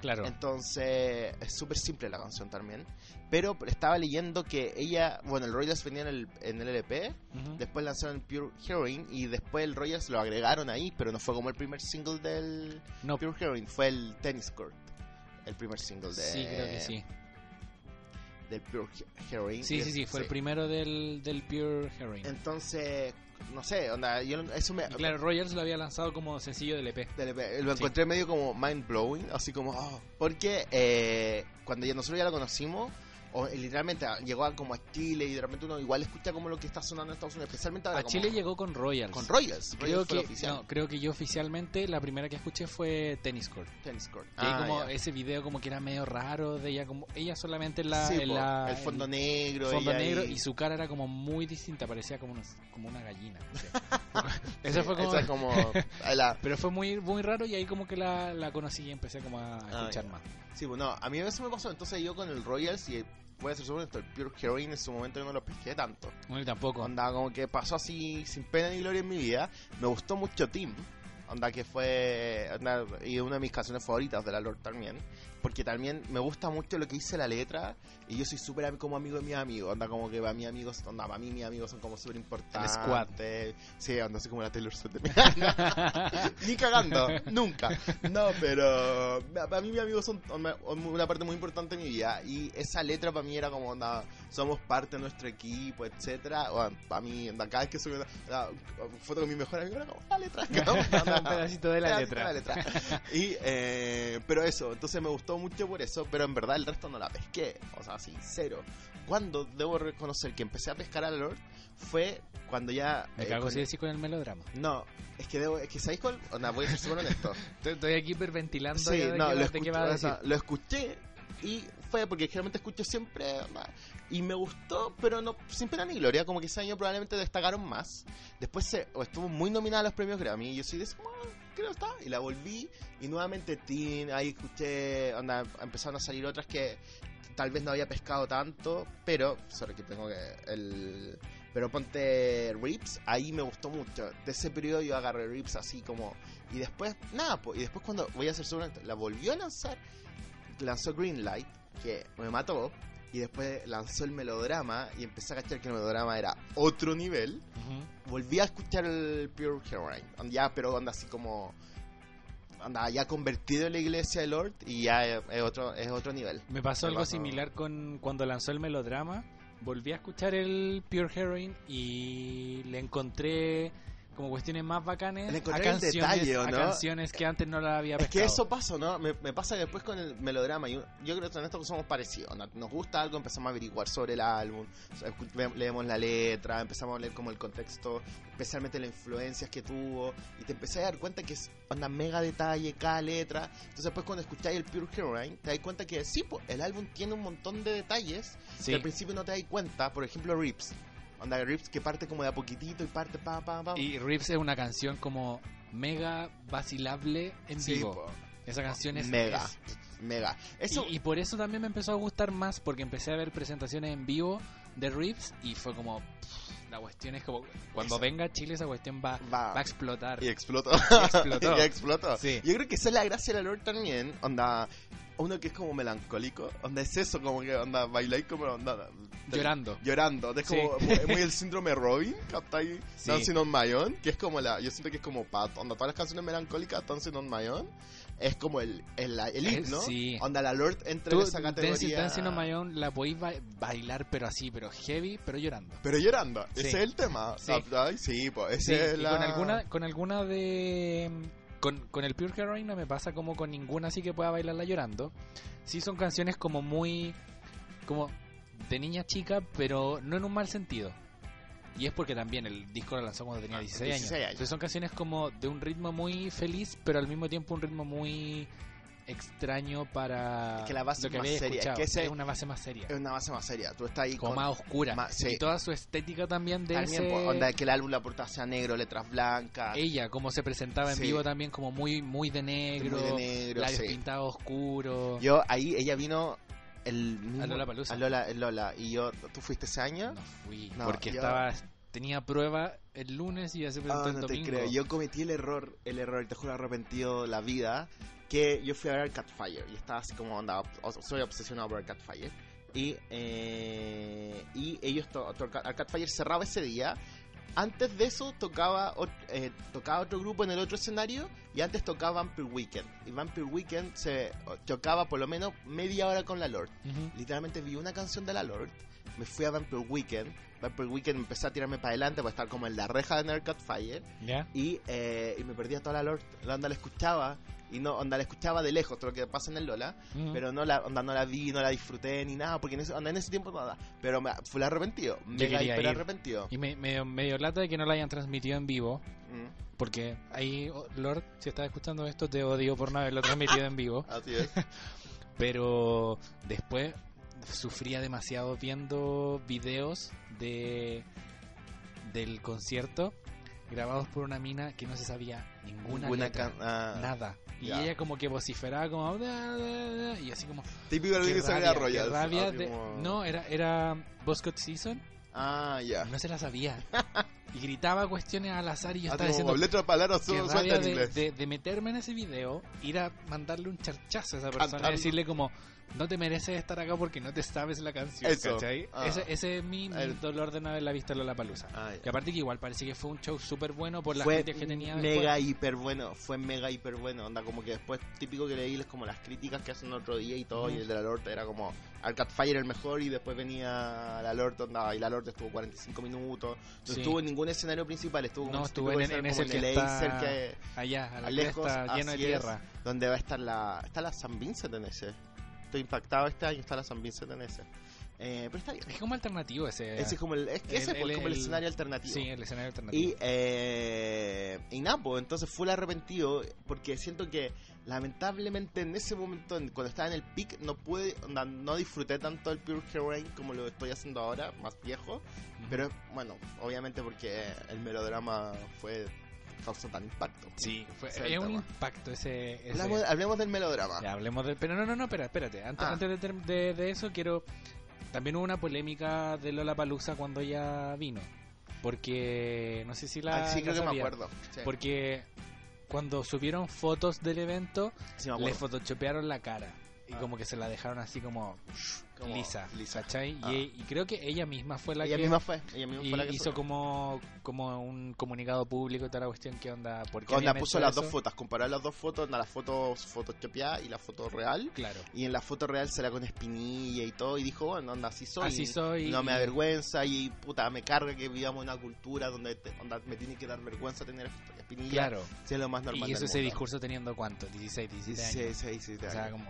Claro.
Entonces, es súper simple la canción también. Pero estaba leyendo que ella, bueno, el Royals venía en el, en el LP,
Ujú.
después lanzaron Pure Heroin y después el Royals lo agregaron ahí, pero no fue como el primer single del
No,
Pure Heroin, fue el Tennis Court, el primer single de,
sí, creo que sí.
del Pure He- Heroin.
Sí,
Y
sí,
es-
sí, fue el primero del, del Pure Heroin.
Entonces, no sé, onda, yo no- eso me...
Y claro, Rogers lo había lanzado como sencillo del E EP.
del EP, Lo
Sí.
encontré medio como mind blowing, así como, oh, porque eh, cuando ya nosotros ya la conocimos, o, eh, literalmente ah, llegó a- como a Chile y de repente uno igual escucha como lo que está sonando en Estados Unidos, especialmente ahora
A
Ah, como-
Chile llegó con Royals.
con Royals.
creo
Royals fue
que,
el oficial.
no, creo que yo oficialmente la primera que escuché fue Tennis Court.
Tennis Court.
Y ahí
Ah,
como
ya.
ese video como que era medio raro de ella como ella solamente en la,
Sí,
en
po,
la-
el fondo
en-
negro.
fondo
ella ahí.
negro y su cara era como muy distinta, parecía como una, como una gallina. no sé. Eso
Sí,
fue como-
esa es como a la-
Pero fue muy muy raro y ahí como que la, la conocí y empecé como a
Ah,
escuchar
ya.
más.
Sí, bueno, a mí eso me pasó. Entonces yo con el Royals y voy a ser sobre esto, el Pure Heroin en su momento yo no lo pesqué tanto.
Bueno, y tampoco.
Onda, como que pasó así sin pena ni gloria en mi vida. Me gustó mucho Tim. Onda, que fue. onda, y una de mis canciones favoritas de la Lord también. Porque también me gusta mucho lo que dice la letra. Y yo soy súper am- como amigo de mis amigos. Onda, como que para mis amigos. Onda, para mí mis amigos son como súper importantes.
El squad.
Sí, onda, así como la Taylor Swift de mi- Ni cagando, nunca. No, pero. Para mí mis amigos son una- una parte muy importante de mi vida. Y esa letra para mí era como onda somos parte de nuestro equipo, etcétera. O, a mí, anda, cada vez que subí una, una foto con mi mejor amigo, era como la letra.
Un pedacito de la letra.
Y, eh, pero eso, entonces me gustó mucho por eso, pero en verdad el resto no la pesqué. O sea, sincero. Cuando debo reconocer que empecé a pescar a Lord fue cuando ya.
Me
eh,
cago
con-
si decís con el melodrama.
No, es que debo, es que ¿sabéis cuál? Onda, voy a ser súper honesto.
Estoy, estoy aquí hiperventilando
Sí,
ya de,
no, lo,
qué, va- de qué
escuché,
va a
o
decir.
sea, lo escuché y fue porque generalmente escucho siempre onda, y me gustó, pero no sin pena ni gloria, como que ese año probablemente destacaron más. Después se, o estuvo muy nominada a los premios Grammy y yo soy de eso, creo que está, y la volví y nuevamente Teen, ahí escuché, onda, empezaron a salir otras que tal vez no había pescado tanto, pero sorry que tengo que el pero ponte Rips, ahí me gustó mucho. De ese periodo yo agarré Rips así como y después, nada, po, y después cuando voy a hacer su la volvió a lanzar, lanzó Greenlight, que me mató, y después lanzó el melodrama, y empecé a cachar que el melodrama era otro nivel.
Ujú.
Volví a escuchar el Pure Heroine, and ya, pero anda así como. Anda, ya convertido en la iglesia de Lord, y ya es, es otro, es otro nivel.
Me pasó
Me
algo
pasó.
similar con cuando lanzó el melodrama. Volví a escuchar el Pure Heroin y le encontré como cuestiones más bacanes
Le
a
encontré el
canciones,
detalle, ¿o
a
no?
canciones que antes no las había
Es que
pescado.
eso pasa, ¿no? Me, me pasa que después con el melodrama, yo, yo creo que en esto somos parecidos. ¿no? Nos gusta algo, empezamos a averiguar sobre el álbum, o sea, escu- ve- leemos la letra, empezamos a leer como el contexto, especialmente las influencias que tuvo, y te empecé a dar cuenta que es onda mega detalle cada letra. Entonces, después cuando escucháis el Pure Heroine, te das cuenta que sí, po, el álbum tiene un montón de detalles
Sí.
que al principio no te das cuenta. Por ejemplo, Rips. Onda Rips que parte como de a poquitito y parte pa, pa, pa.
Y Rips es una canción como mega vacilable en
Sí,
vivo.
po,
Esa canción es
mega,
es-
mega. Eso,
Y, y por eso también me empezó a gustar más, porque empecé a ver presentaciones en vivo de Rips y fue como. pff, La cuestión es como. Cuando
Esa-
venga a Chile, esa cuestión va,
va.
va a explotar.
Y explotó.
explotó.
Y explotó.
Sí.
Yo creo que esa es la gracia de la Lord también. Onda, uno que es como melancólico. Onda, es eso, como que onda, bailáis como onda. te-
Llorando.
Llorando. Onda, Es
Sí.
como muy, muy el síndrome Robin, ¿captáis?
Sí.
Dancing on My Own, que es como la. Yo siento que es como Pat. Onda, todas las canciones melancólicas, Dancing on My Own, es como el, el, el
Eh,
himno.
sí.
Onda, la Lord entra
Tú,
en esa categoría.
Dancing, Dancing on My Own la podéis ba- bailar, pero así, pero heavy, pero llorando.
Pero llorando,
Sí.
ese es el tema.
Sí.
¿captáis? Sí, pues, ese
Sí,
es
y
la...
con alguna, con alguna de. mm, Con, con el Pure Heroine no me pasa como con ninguna así que pueda bailarla llorando. Sí son canciones como muy. como de niña chica, pero no en un mal sentido. Y es porque también el disco lo lanzó cuando tenía
Ah,
16 años.
16 años.
Entonces son canciones como de un ritmo muy feliz, pero al mismo tiempo un ritmo muy extraño para
Es que la base
lo que
es más
había
seria, es
escuchado.
que ese-
es una base más seria.
Es una base más seria. Tú estás ahí
como
con-
más oscura.
ma- sí.
Y toda su estética también de
También,
ese-
po, onda, que el álbum la portada sea negro, letras blancas,
ella, como se presentaba en
Ah. Sí.
vivo también, como muy muy de negro,
muy de negro,
labios
sí.
pintados oscuros.
Yo ahí, ella vino el mismo,
A Lollapalooza.
a Lola, el Lola, y yo, ¿tú fuiste ese año?
no fui,
No,
porque
yo-
estaba tenía prueba el lunes y ya se presentó
Ah,
el
no te
domingo.
creo, yo cometí el error, el error, te juro arrepentido la vida, que yo fui a ver Catfire y estaba así como onda, o- soy obsesionado por Catfire. Y, eh, y ellos, to- to- Catfire cerraba ese día. Antes de eso tocaba, ot- eh, tocaba otro grupo en el otro escenario y antes tocaba Vampire Weekend. Y Vampire Weekend se o, tocaba por lo menos media hora con la Lord.
Ujú.
Literalmente vi una canción de la Lord, me fui a Vampire Weekend. Vampire Weekend empecé a tirarme para adelante para estar como en la reja de Nerd Catfire
¿Ya?
y, eh, y me perdía toda la Lord. La onda la escuchaba y no, onda la escuchaba de lejos, todo lo que pasa en el Lola,
Ujú.
pero no la, onda no la vi, no la disfruté ni nada, porque en ese, onda, en ese tiempo nada. Pero me, fue arrepentido, me
quería ir.
arrepentido.
Y me, medio, medio lata de que no la hayan transmitido en vivo.
Mm,
Porque ahí, oh, Lord, si estás escuchando esto, te odio por no haberlo transmitido en vivo.
así es.
Pero después sufría demasiado viendo videos de del concierto grabados por una mina que no se sabía ninguna,
Ninguna
letra,
can- ah,
nada. Y
ya.
ella como que vociferaba como... "Da, da, da", y así como...
Típico de alguien
"Qué
que se ve a
rabia, qué
Royals,
rabia
así
de-".
como-
No, era, era Boscott Season.
Ah, ya.
No se la sabía. Y gritaba cuestiones al azar y yo
Así
estaba
Ah, como
diciendo...
letra para palabra,
Qué
solo
rabia
suelta en
de,
inglés.
de, de meterme en ese video, ir a mandarle un charchazo a esa persona
Cantando.
y decirle como, no te mereces estar acá porque no te sabes la canción,
Eso.
¿cachai?
Ah.
Ese, ese es mi, mi
El-
dolor de no haberla visto en la palusa.
Ah, ya.
Y aparte que igual parece que fue un show súper bueno por las
fue
críticas que tenía
mega
después.
hiper bueno, fue mega hiper bueno, onda como que después típico que leí les como las críticas que hacen otro día y todo
Ujú.
y el de la Lord era como Arcade Fire el mejor y después venía la Lord onda y la Lord estuvo 45 minutos, no
Sí.
estuvo en ningún escenario principal, estuvo como
No,
ese
estuvo
típico
en- en
escenario
ese
como
que
el laser
está-
que-
Allá, a la
lejos,
cresta, lleno de
así es.
tierra.
donde va a estar la está la San Vincent en ese. Estoy impactado este año está la San Vincent en ese. Eh, pero está bien.
Es como alternativo ese.
Ese es como el, es que
El-
ese fue
el-
como el,
el-
escenario alternativo.
Sí, el escenario alternativo.
Y, eh, y nada, pues, entonces full arrepentido porque siento que lamentablemente en ese momento, en- cuando estaba en el pic, no pude, onda, no disfruté tanto del Pure Heroine como lo estoy haciendo ahora, más viejo.
Ujú.
Pero bueno, obviamente porque el melodrama fue causó tan impacto.
Sí, fue,
Ese es
es
el
un
tema.
impacto ese... ese-
Hablamos, hablemos del melodrama.
Ya hablemos de... Pero no, no, no, espera, espérate. Antes,
Ah.
antes de, ter- de- de eso, quiero... También hubo una polémica de Lola Palusa cuando ella vino. Porque... No sé si la...
Ah, sí, creo
la
que me
sabía.
acuerdo. Sí,
Porque cuando subieron fotos del evento,
sí me
le
acuerdo.
photoshopearon la cara. Y
Ah.
como que se la dejaron así como,
Como
lisa.
lisa.
¿cachai?
Ah.
Y, y creo que ella misma fue la
Ella
que...
misma fue, ella misma
y
fue la que
hizo
subió.
como, como un comunicado público y toda la cuestión que onda... ¿Por qué
Onda,
habían
puso
hecho
las dos
eso?
fotos, comparar las dos fotos, onda, la foto photoshopeada y la foto real.
Claro.
Y en la foto real se la con espinilla y todo. Y dijo, bueno, onda, así soy.
Así soy.
No me
y-
avergüenza y puta, me carga que vivamos en una cultura donde te- onda, me tiene que dar vergüenza tener espinilla.
Claro.
Sí, es lo más normal.
Y eso
del
ese
mundo.
discurso teniendo cuánto, 16, 17 años.
Sí, sí, sí.
O sea, como,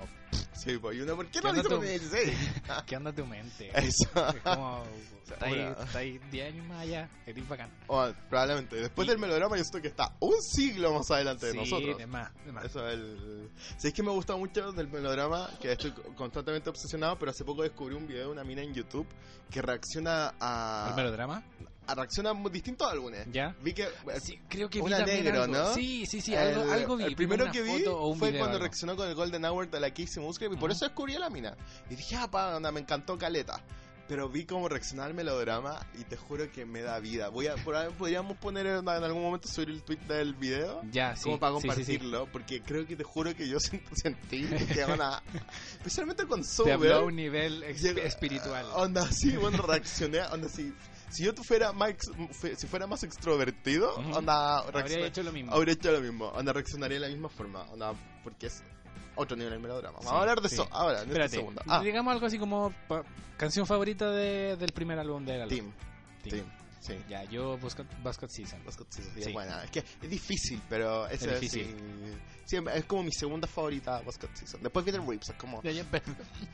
Sí, pues, y uno, ¿por qué
¿Qué
no dice
onda
con
tú?
16?
¿qué onda tu mente? Es
Eso.
como,
sea,
está ahí,
una-
está ahí 10 años más allá, eres bacán.
Bueno, probablemente. Después del melodrama, yo siento que está un siglo más adelante de
sí,
nosotros.
de más, de más.
Eso es el... Sí, es que me gusta mucho del melodrama, que estoy constantemente obsesionado, pero hace poco descubrí un video de una mina en YouTube que reacciona a...
¿El melodrama?
a- reacciona muy distinto a algunos.
¿Ya?
Vi que
Sí, creo que
una
vi también
negro,
algo.
¿no?
Sí, sí, sí,
el-
algo, algo vi.
el
vi
primero
una
que vi
foto o un
fue
video,
cuando
algo.
reaccionó con el Golden Hour de la Casey Musgrave y por
Ujú.
eso descubrí a la mina. Y dije, ah, pa, onda, me encantó Caleta. Pero vi cómo reaccionar al melodrama y te juro que me da vida. Voy a, por ahí podríamos poner en, en algún momento subir el tweet del video.
Ya, sí.
como para
sí, sí, sí.
compartirlo, porque creo que te juro que yo siento- sentí que una, especialmente con
Te habló a
Sober,
un nivel ex-
Llegó-
espiritual.
Onda, sí, bueno, reaccioné. Onda, sí. Si yo fuera más, ex- fe- si fuera más extrovertido,
Ujú.
onda,
Habría
reaccioné-
hecho lo mismo.
habría hecho lo mismo. Onda, reaccionaría de la misma forma. Onda, porque es otro nivel el melodrama. Vamos
Sí,
a hablar de
sí.
eso ahora, en este
Espérate,
segundo. Ah,
digamos algo así como pa- canción favorita de- del primer álbum de la
Team.
Team.
Team. Sí.
Ya, yo Basket, Basket Season.
Los Cotsizos, sí, es
Sí.
buena. Es que es difícil, pero ese
Es
es
difícil.
Sí, es como mi segunda favorita, Basket Season. Después viene Rips, es como.
Ya, ya, pero-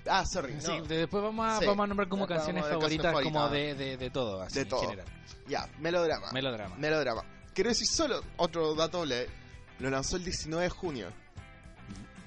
Ah, sorry.
Sí,
no.
de- después vamos a,
Sí.
vamos a nombrar como
Vamos a
canciones
ver canciones
favoritas, como de,
favoritas.
de, de todo, así,
De todo. Ah.
en general.
Ya, melodrama.
Melodrama.
Melodrama. Quiero decir solo otro dato, le, lo lanzó el 19 de junio.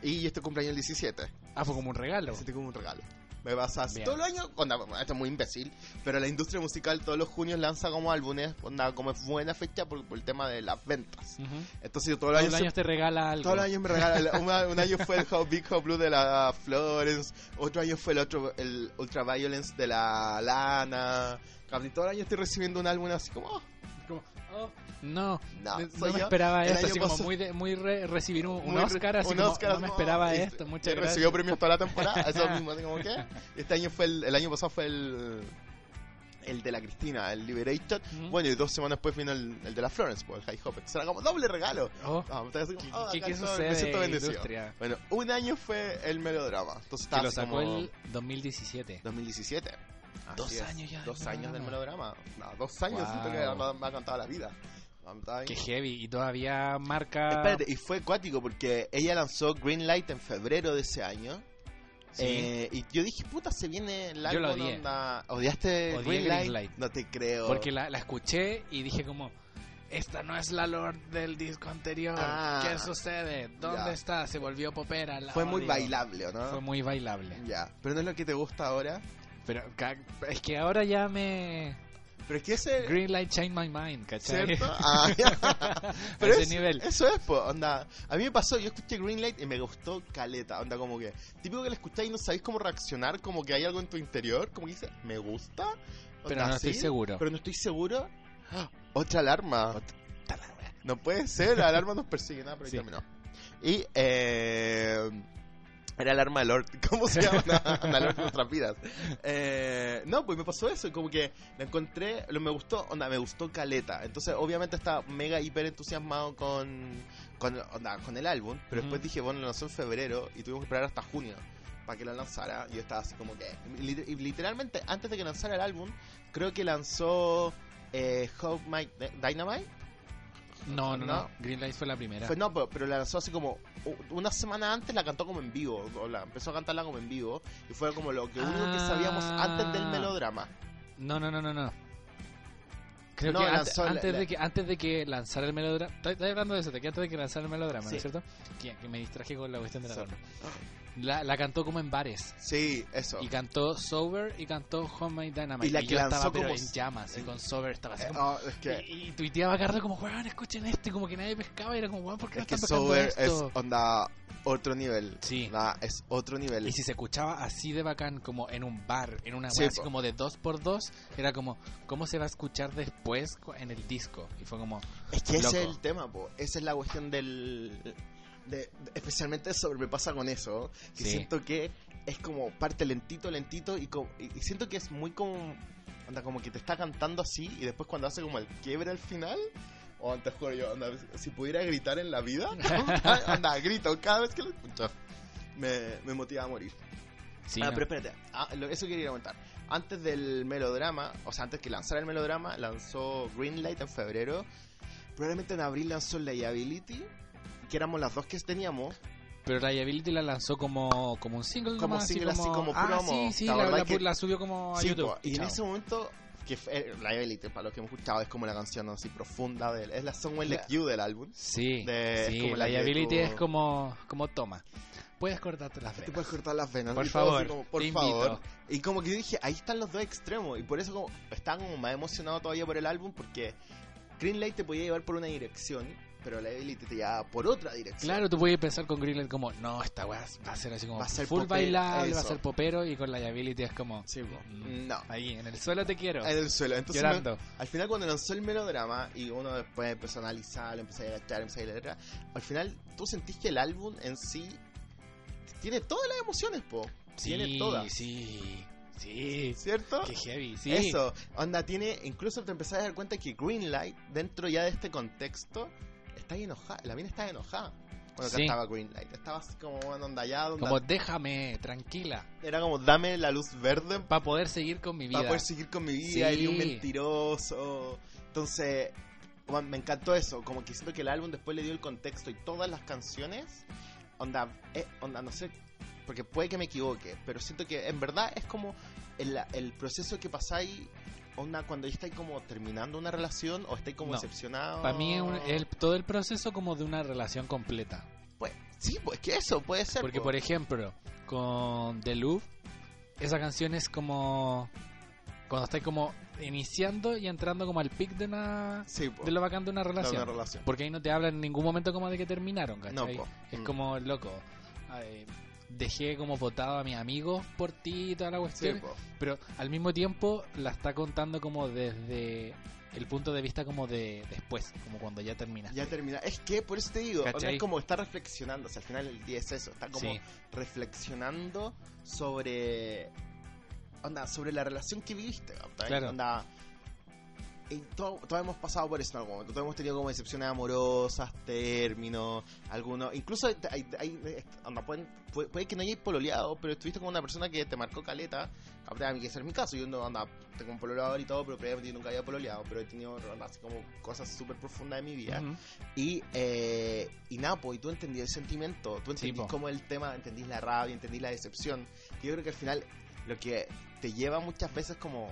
Y este cumpleaños el 17.
ah, fue como un regalo.
Así como un regalo. Me pasa así.
Bien.
Todo el año, onda, bueno, esto es muy imbécil, pero la industria musical todos los junios lanza como álbumes, onda, como es buena fecha por, por el tema de las ventas.
Ujú.
Entonces yo todo el
Todo
año,
el año te regala algo.
todos los años me regalan. un, un año fue el How Big How Blue de la Florence, otro año fue el otro el Ultraviolence de la Lana. Casi todo el año estoy recibiendo un álbum así como, oh,
como, oh, no,
No,
no,
soy
me
yo.
esperaba
El
esto,
año
así como
pasado-
muy, de- muy re- recibir un, un
Muy re-
Oscar, así
un
como,
Oscar,
no me esperaba
y- este,
esto, muchas
y
gracias.
recibió premios toda la temporada, eso mismo, así como que. Este año fue el, el año pasado fue el el de la Cristina, el Liberated.
Ujú.
Bueno, y dos semanas después vino el, el de la Florence, pues, el High Hopper. Será como doble regalo.
Oh,
Ah, me así
¿qué-
como, oh,
qué-
acá
qué
estoy,
sucede
me siento
en la
bendecido.
industria?
Bueno, un año fue el melodrama. Entonces
Que
estaba
lo
así
sacó
como
el 2017.
2017.
Dos
Así es,
años ya de
Dos años del melodrama. No, dos años,
Wow.
siento que me, me ha cantado la vida. Me ha cantado ahí.
Que heavy, y todavía marca...
Espérate, y fue acuático porque ella lanzó Green Light en febrero de ese año.
Sí.
Eh, y yo dije, puta, se viene el
Yo la
álbum,
odié.
onda- ¿Odiaste
Odié
Green,
Green
Light?
Light.
No te creo.
Porque la, la escuché y dije como, esta no es la Lord del disco anterior.
Ah.
¿Qué sucede? ¿Dónde
Ya.
está? Se volvió popera. la
fue muy
odio".
bailable, ¿o ¿no?
Fue muy bailable.
Ya, pero no es lo que te gusta ahora.
Pero ca- es que ahora ya me...
Pero es que ese...
Green Light Change My Mind, ¿cachai?
¿Cierto? Ah, ya. Pero
ese
es-
nivel.
Eso es, pues, onda. A mí me pasó, yo escuché Green Light y me gustó caleta, onda como que. Típico que la escucháis y no sabéis cómo reaccionar, como que hay algo en tu interior, como que dices, me gusta.
Pero
onda,
no estoy
sí,
seguro.
Pero no estoy seguro. ¡Ah! Otra alarma. No puede ser, la alarma nos persigue, nada, pero ahí
Sí.
terminó. Y eh, era alarma de Lord, ¿cómo se llama? La Lord de nuestras vidas. Eh, no, pues me pasó eso, como que la encontré, lo me gustó, onda, me gustó Caleta. Entonces, obviamente estaba mega hiper entusiasmado con, con, onda, con el álbum, pero después
Ujú.
dije, bueno, lo lanzó en febrero y tuvimos que esperar hasta junio para que la lanzara. Yo estaba así como que, lit- y literalmente, antes de que lanzara el álbum, creo que lanzó eh, Hope My Dynamite.
No, no, no.
No.
Green Light fue la primera.
Fue- no, pero, pero la lanzó así como u- una semana antes la cantó como en vivo, o la empezó a cantarla como en vivo y fue como lo que único que sabíamos
Ah.
antes del melodrama.
No, no, no, no, no. Creo
No,
que, ante-
lanzó la-
antes,
la-
de que antes de que lanzara el melodrama... Estoy estoy hablando de eso, de que antes de que lanzara el melodrama, ¿no
Sí.
es cierto? Que, que me distraje con la cuestión de la
Sorry.
alarma. La, la cantó como en bares.
Sí, eso. Eh,
Y cantó Sober y cantó Homemade Dynamite.
Oh. Y la que
yo
lanzó
estaba pero
como-
en llamas y con Sober estaba así
Eh,
como...
oh, es que,
Y, y tuiteaba a Carlos como, weón, escuchen esto. Y como que nadie pescaba. Y era como, weón, ¿por qué
es
no
que
están pescando
Sober es
esto?
onda otro nivel.
Sí.
Onda, es otro nivel.
Y si se escuchaba así de bacán, como en un bar, en una
Sí,
wea así
po.
como de 2x2, era como, ¿cómo se va a escuchar después cu- en el disco? Y fue como,
Es que ese es
Loco.
el tema, po. Esa es la cuestión del. de- especialmente eso me pasa con eso. Que
Sí.
siento que es como parte lentito, lentito. Y, co- y- y siento que es muy como. Anda, como que te está cantando así. Y después cuando hace como el quiebre al final. O antes juro yo, onda, si pudiera gritar en la vida. anda, grito cada vez que lo escucho. Me, me motiva a morir.
sí,
Ah,
no.
pero espérate, ah, lo- eso quería comentar. Antes del melodrama, o sea, antes que lanzara el melodrama, lanzó Greenlight en febrero. Probablemente en abril lanzó Liability, que éramos las dos que teníamos.
Pero Liability la lanzó como, como un single.
Como
nomás,
single, así como
ah,
promo.
sí, sí,
La
la,
verdad
la pu-
que-
la subió como a
Sí,
Oh, YouTube.
po, y en
Chao.
ese momento, que fue, eh, Liability, para los que hemos escuchado, es como la canción así profunda, del, es la Somewhere
La-
Like You del álbum.
Sí,
de- es
sí,
como la que
Liability
tú-
es como, como toma. Puedes cortarte las
Te
venas.
puedes cortar las venas.
Por
Y todo así
favor,
como, por
te
favor.
invito.
Y como que yo dije, ahí están los dos extremos. Y por eso como, estaba como más emocionado todavía por el álbum porque Greenlight te podía llevar por una dirección, pero Liability te llevaba por otra dirección.
Claro, tú puedes pensar con Greenland como, no, esta weá va a ser así como
Va a ser
full
popero,
bailable, va a
eso.
ser popero, y con Liability es como,
Sí, po.
Mm.
No.
ahí, en el suelo te quiero,
En el suelo. Entonces,
llorando.
me- al final cuando lanzó el melodrama y uno después empezó a analizarlo, empezó a agachar, empezó a ir a la letra, al final tú sentís que el álbum en sí tiene todas las emociones, po. tiene todas.
Sí, sí.
¿Cierto?
Qué heavy, sí.
Eso, onda, tiene. Incluso te empezás a dar cuenta que Greenlight, dentro ya de este contexto, está ahí enojada. La mina está enojada. Cuando
Sí.
cantaba Greenlight, estaba así como bueno, onda ya, onda-
Como déjame tranquila
era como dame la luz verde
para poder seguir con mi vida.
para poder seguir con mi vida.
Sí.
Eres un mentiroso. Entonces, bueno, me encantó eso. Como que siento que el álbum después le dio el contexto y todas las canciones, onda, eh, onda no sé, porque puede que me equivoque, pero siento que en verdad es como el, el proceso que pasáis. Onda, cuando ya estáis como terminando una relación o estáis como
No.
decepcionado.
Para mí es un- el- todo el proceso como de una relación completa.
Pues, sí, pues que eso puede ser.
Porque
po.
por ejemplo, con The Louvre, esa canción es como cuando estás como iniciando y entrando como al pic de una
Sí, po,
de lo bacán de una
de
relación.
una relación.
Porque ahí no te hablan en ningún momento como de que terminaron, ¿cachai?
No, po.
Es
Mm.
como, loco, ay, dejé como votado a mis amigos por ti y toda la
Sí,
cuestión.
po.
pero al mismo tiempo la está contando como desde el punto de vista como de después, como cuando ya terminaste.
Ya termina. Es que por eso te digo, o sea,
¿Cachai?
es como está reflexionando. O sea, al final el día es eso. Está como
Sí.
reflexionando sobre. Onda, sobre la relación que viviste. ¿cachai?
Claro.
Onda. y todo- todos hemos pasado por eso en algún momento. Todos hemos tenido como decepciones amorosas, términos, algunos. Incluso hay, hay- hay- onda, pueden- puede, puede que no hayáis pololeado, pero estuviste con una persona que te marcó caleta. Aparte, a mí que ese es mi caso. Yo no, onda, tengo un pololeador y todo, pero previamente yo nunca había pololeado. Pero he tenido onda, así como cosas súper profundas de mi vida.
Ujú.
Y, eh, y nada, po, y tú entendí el sentimiento, tú entendís
po.
cómo el tema, entendís la rabia, entendís la decepción. Y Yo creo que al final lo que te lleva muchas veces como,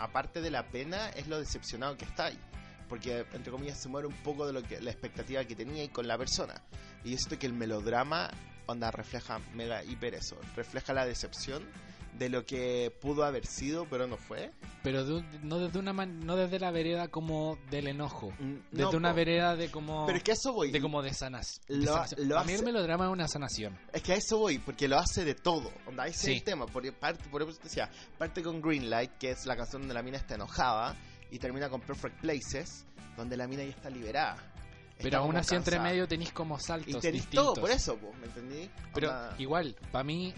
aparte de la pena, es lo decepcionado que estás. Porque, entre comillas, se muere un poco de lo que la expectativa que tenía y con la persona. Y yo siento que el melodrama, onda, refleja mega hiper eso. Refleja la decepción de lo que pudo haber sido, pero no fue.
Pero de un- no, desde una man- no desde la vereda como del enojo.
Mm,
Desde
no,
una
po.
vereda de como...
Pero es que a eso voy.
De como de sanas. de
Lo-
sanación.
lo
Para mí el
hace-
melodrama es una sanación.
Es que a eso voy, porque lo hace de todo. Onda, ese es
Sí.
el tema. Por, parte, por eso te decía, parte con Greenlight, que es la canción donde la mina está enojada, y termina con Perfect Places, donde la mina ya está liberada. Está
Pero aún
como
así entre
cansada.
medio tenéis como
Y
saltos
te di
distintos.
todo, por eso, po, ¿me entendí?
Pero
Onda,
igual, para mí,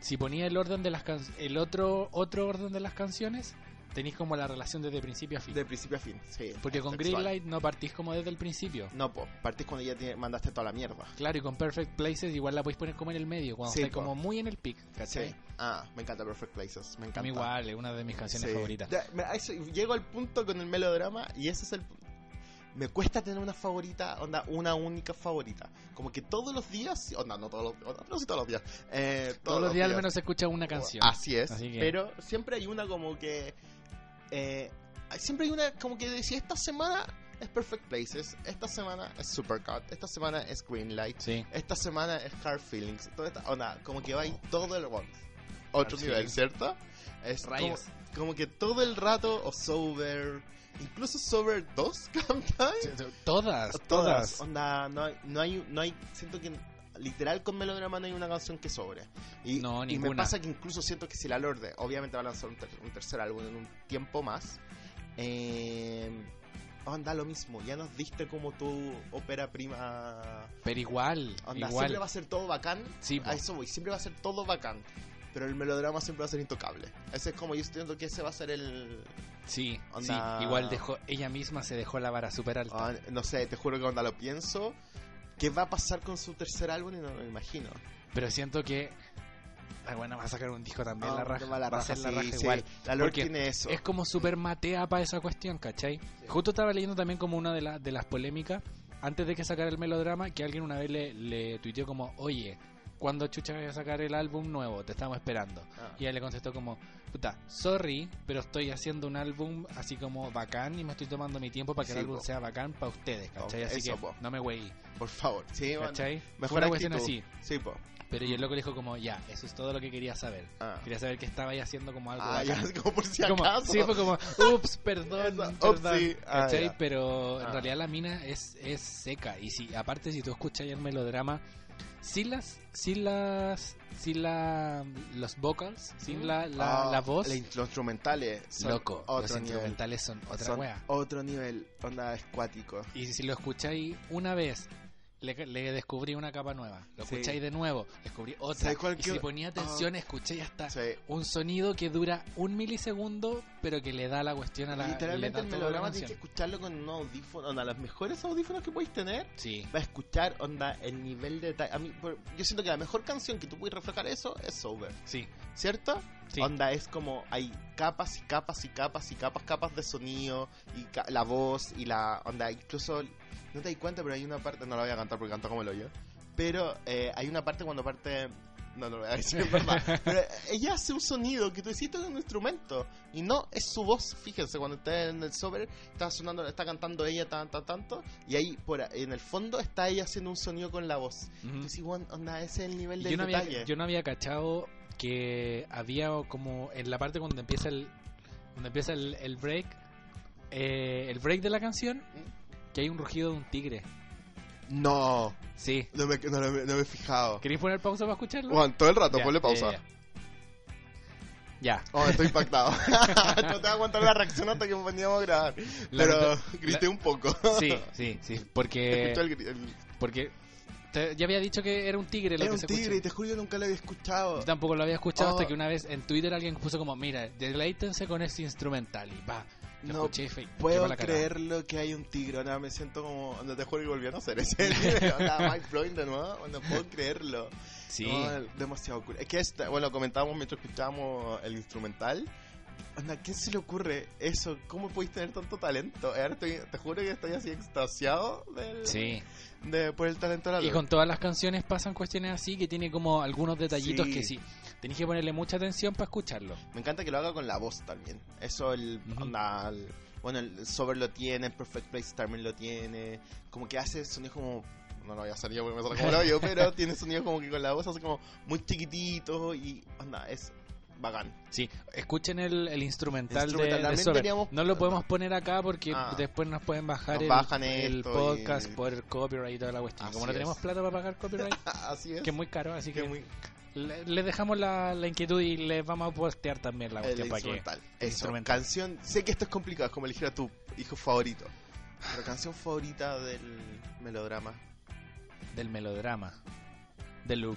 si ponía el orden de las can- el otro otro orden de las canciones, tenéis como la relación desde principio a fin.
de principio a fin, sí.
Porque
es
con
sexual.
Greenlight no partís como desde el principio.
No, po, partís cuando ya te mandaste toda la mierda.
Claro, y con Perfect Places igual la podéis poner como en el medio, cuando
Sí,
estáis
po.
como muy en el pic, ¿cachai?
Sí. Ah, me encanta Perfect Places, me encanta.
A mí igual, es una de mis canciones
Sí.
favoritas.
Ya, me- a eso- llego al punto con el melodrama y ese es el punto. Me cuesta tener una favorita, onda, una única favorita. Como que todos los días, onda, no todos los, onda, no sé todos los días. eh, todos, Ah.
Todos los días al menos se escucha una canción.
Así es.
Así que-
Pero siempre hay una como que. eh, hay- siempre hay una como que decía: esta semana es Perfect Places, esta semana es Supercut, esta semana es Greenlight,
Sí.
esta semana es Hard Feelings. Toda esta, onda, como que va ahí todo el rato. Otro
Hard
nivel,
Feelings.
¿cierto? Es como-
Rayos.
Como, que todo el rato, o Sober, incluso Sober 2, ¿cachai?
Todas,
Todas.
todas.
Onda, no hay, no hay, no hay, siento que literal con melodrama no hay una canción que sobre. Y,
No,
y me
ninguna.
pasa que incluso siento que si la Lorde, obviamente va a lanzar un, ter- un tercer álbum en un tiempo más, eh, onda lo mismo, ya nos diste como tu ópera prima
Pero igual,
Onda, siempre
igual.
va a ser todo bacán.
Sí, po.
A eso voy, siempre va a ser todo bacán. Pero el melodrama siempre va a ser intocable. Ese es como yo siento que ese va a ser el.
Sí,
Onda-
sí, igual dejó, ella misma se dejó la vara súper alta.
Ah, no sé, te juro que cuando lo pienso. ¿Qué va a pasar con su tercer álbum? Y no me imagino.
Pero siento que la buena va a sacar un disco también,
Ah,
la
te
raja.
va la raja,
a ser la
sí,
raja
sí.
igual.
La Lord
Porque
tiene eso.
Es como súper matea para esa cuestión, ¿cachai? Justo estaba leyendo también como una de, la- de las polémicas, antes de que sacara el melodrama, que alguien una vez le, le tuiteó como, oye, ¿cuándo chucha vas a sacar el álbum nuevo? Te estamos esperando.
Ah.
Y ella le contestó como, puta, sorry, pero estoy haciendo un álbum así como bacán y me estoy tomando mi tiempo para que
Sí,
el álbum
po.
sea bacán para ustedes, ¿cachai?
Ok,
Así
eso,
que
po.
no me güey,
Por favor. Sí, bueno,
¿cachai? Fue
Mejor
una cuestión
actitud.
así.
Sí, po.
Pero y el loco le dijo como, ya, eso es todo lo que quería saber.
Ah.
Quería saber que estaba ahí haciendo como algo
Ah,
bacán.
ya, es como por si
Como-
acaso.
sí, fue como, ups, perdón,
Eso,
perdón",
upsí, ah,
¿cachai?
ya.
Pero en
Ah.
realidad la mina es, es seca. Y si, aparte, si tú escuchas el melodrama, sin las, sin las, sin la, los vocals, sin la, la,
Ah,
la voz,
la in- los instrumentales. son
loco,
Otro
los
nivel.
instrumentales son otra
Son
wea.
Otro nivel. Onda escuático.
Y si lo escucháis una vez, le, le descubrí una capa nueva. Lo
Sí.
escucháis de nuevo, descubrí otra.
¿Sabes cuál Ah.
Y
que-
si ponía atención, escucháis hasta
Sí.
un sonido que dura un milisegundo, pero que le da la cuestión a la le
Literalmente
da
el
todo a la
melodrama
canción.
tienes que escucharlo con un audífono, onda, los mejores audífonos que podéis tener.
Sí,
Va a escuchar, onda, el nivel de detalle. A mí, por- yo siento que la mejor canción que tú puedes reflejar eso es Sober,
sí,
¿cierto?
sí.
Onda, es como hay capas y capas y capas y capas, capas de sonido y ca- la voz y la onda. Incluso, no te di cuenta, pero hay una parte, no la voy a cantar porque canto como lo yo, pero eh, hay una parte cuando parte. No, no lo voy a decir, es verdad. Pero ella hace un sonido que tú hiciste de un instrumento. Y no es su voz. Fíjense, cuando está en el sobre, está sonando, está cantando ella tan, tan, tanto. Y ahí, por, en el fondo, está ella haciendo un sonido con la voz.
Ujú.
Entonces, igual, onda, ese es el nivel
Mm. Y
de
yo, no había,
detalle.
yo no había cachado que había como en la parte cuando empieza el cuando empieza el, el break eh, el break de la canción
¿Eh?
que hay un rugido de un tigre.
No,
Sí.
no me, no, lo- no me he fijado.
¿Queréis poner pausa para escucharlo?
Juan, todo el rato,
Ya,
ponle
ya,
pausa.
ya. Ya.
Oh, estoy impactado. no te voy a aguantar la reacción hasta que veníamos a grabar.
La Eh,
Pero
nota-
grité un poco.
Sí, sí, sí.
Escuchó
Porque.
el gri- el-
porque te- ya había dicho que era un tigre lo
Era
que
un
se
tigre y
escucha.
te juro que nunca lo había escuchado.
Yo tampoco lo había escuchado
Oh.
hasta que una vez en Twitter alguien puso como: Mira, deleítense con este instrumental. Y va. Lo
No
escuché y fe- quedó
Puedo
la cagada.
creerlo que hay un tigre. Ahora me siento como. Onda, te juro que volvió a no ser ese tigre. Onda, Mike Floyd de nuevo. No puedo creerlo.
Sí.
No, demasiado cool. Es que esta- bueno, comentábamos mientras escuchábamos el instrumental. Onda, ¿quién se le ocurre eso? ¿Cómo pudiste tener tanto talento? Ahora estoy- te juro que estoy así extasiado del,
Sí.
de, por el talento de la
Y con todas las canciones pasan cuestiones así que tiene como algunos detallitos
Sí.
que sí. Tenés que ponerle mucha atención para escucharlo.
Me encanta que lo haga con la voz también. Eso, el.
Ujú.
onda, el- bueno, el Sober lo tiene, el Perfect Place también lo tiene. Como que hace sonidos como. No lo voy a hacer yo porque me sale como el hoyo, pero tiene sonidos como que con la voz hace como muy chiquititos y. Onda, es bacán.
Sí, escuchen el, el instrumental,
Instrumental,
de- de,
también
Sober.
deberíamos-
No lo podemos poner acá porque
Ah.
después nos pueden bajar
Nos
el,
bajan
el
esto
podcast
y-
por copyright y toda la cuestión.
Así
Como no
es.
tenemos plata para pagar copyright,
Así es.
que es muy caro, así
Que
que
muy-
le- les dejamos la, la inquietud y les vamos a postear también la
el
cuestión para que...
instrumental.
el
Eso,
instrumental.
canción. Sé que esto es complicado, es como elegir a tu hijo favorito. Pero canción favorita del melodrama.
Del melodrama. Del loop.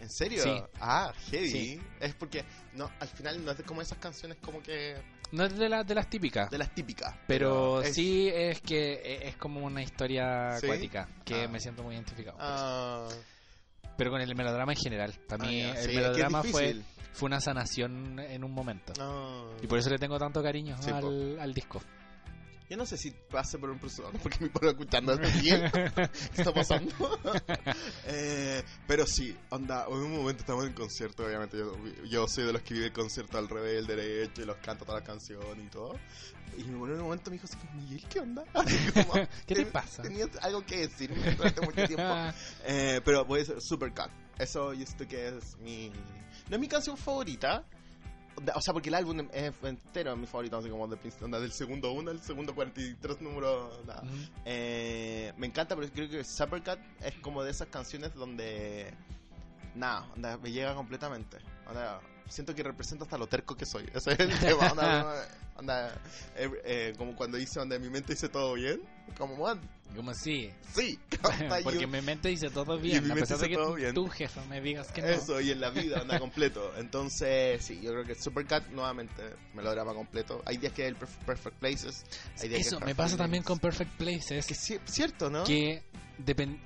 ¿En serio?
Sí.
Ah, heavy.
Sí.
Es porque no, al final no es de como esas canciones como que
No es de, la- de las típicas.
de las típicas.
Pero
es-
sí es que e- es como una historia
¿Sí?
acuática que
Ah.
me siento muy identificado. por eso.
Ah,
Pero con el melodrama en general. Para
ah,
mí
ya, sí, es
el
que es
melodrama fue,
difícil.
fue una sanación en un momento.
No.
Y por eso le tengo tanto cariño
Sí,
al, al disco.
Yo no sé si pase por un proceso, porque me puedo escuchando hace tiempo. ¿Qué está pasando? Eh, pero sí, onda, en un momento estamos en concierto, obviamente. Yo, yo soy de los que vive el concierto al revés, el derecho, y los canto todas las canciones y todo. Y me en un momento me dijo así como, Miguel, ¿qué onda? Así como, "Eh,
¿Qué te
ten-
pasa? Ah,
Tenías algo que decirme durante mucho tiempo. Eh, pero voy a decir Supercat. Eso yo siento que es mi. No es mi canción favorita. O sea, porque el álbum em, es entero es mi favorito, así como del, principio, onda, del segundo 1 al segundo 43 número. onda.
Ujú.
Eh, me encanta, pero creo que Supercat es como de esas canciones donde. Nada, onda, me llega completamente. Onda, siento que representa hasta lo terco que soy. Ese es el tema. onda, onda, eh, eh, como cuando dice, donde mi mente dice todo bien. Como, "What?
¿Cómo así?
sí.
Porque mi mente dice todo
mi
bien. A
mente
pesar de
dice
que
todo
tú-
bien.
tú, jefe, me digas que no.
Eso, y en la vida anda completo. Entonces, sí, yo creo que Supercat nuevamente melodrama completo. Hay días que el Perf- Perfect Places. Hay días
Eso
que
me
Perfect
pasa también
Places.
con Perfect Places.
Que sí, cierto, ¿no?
que depend-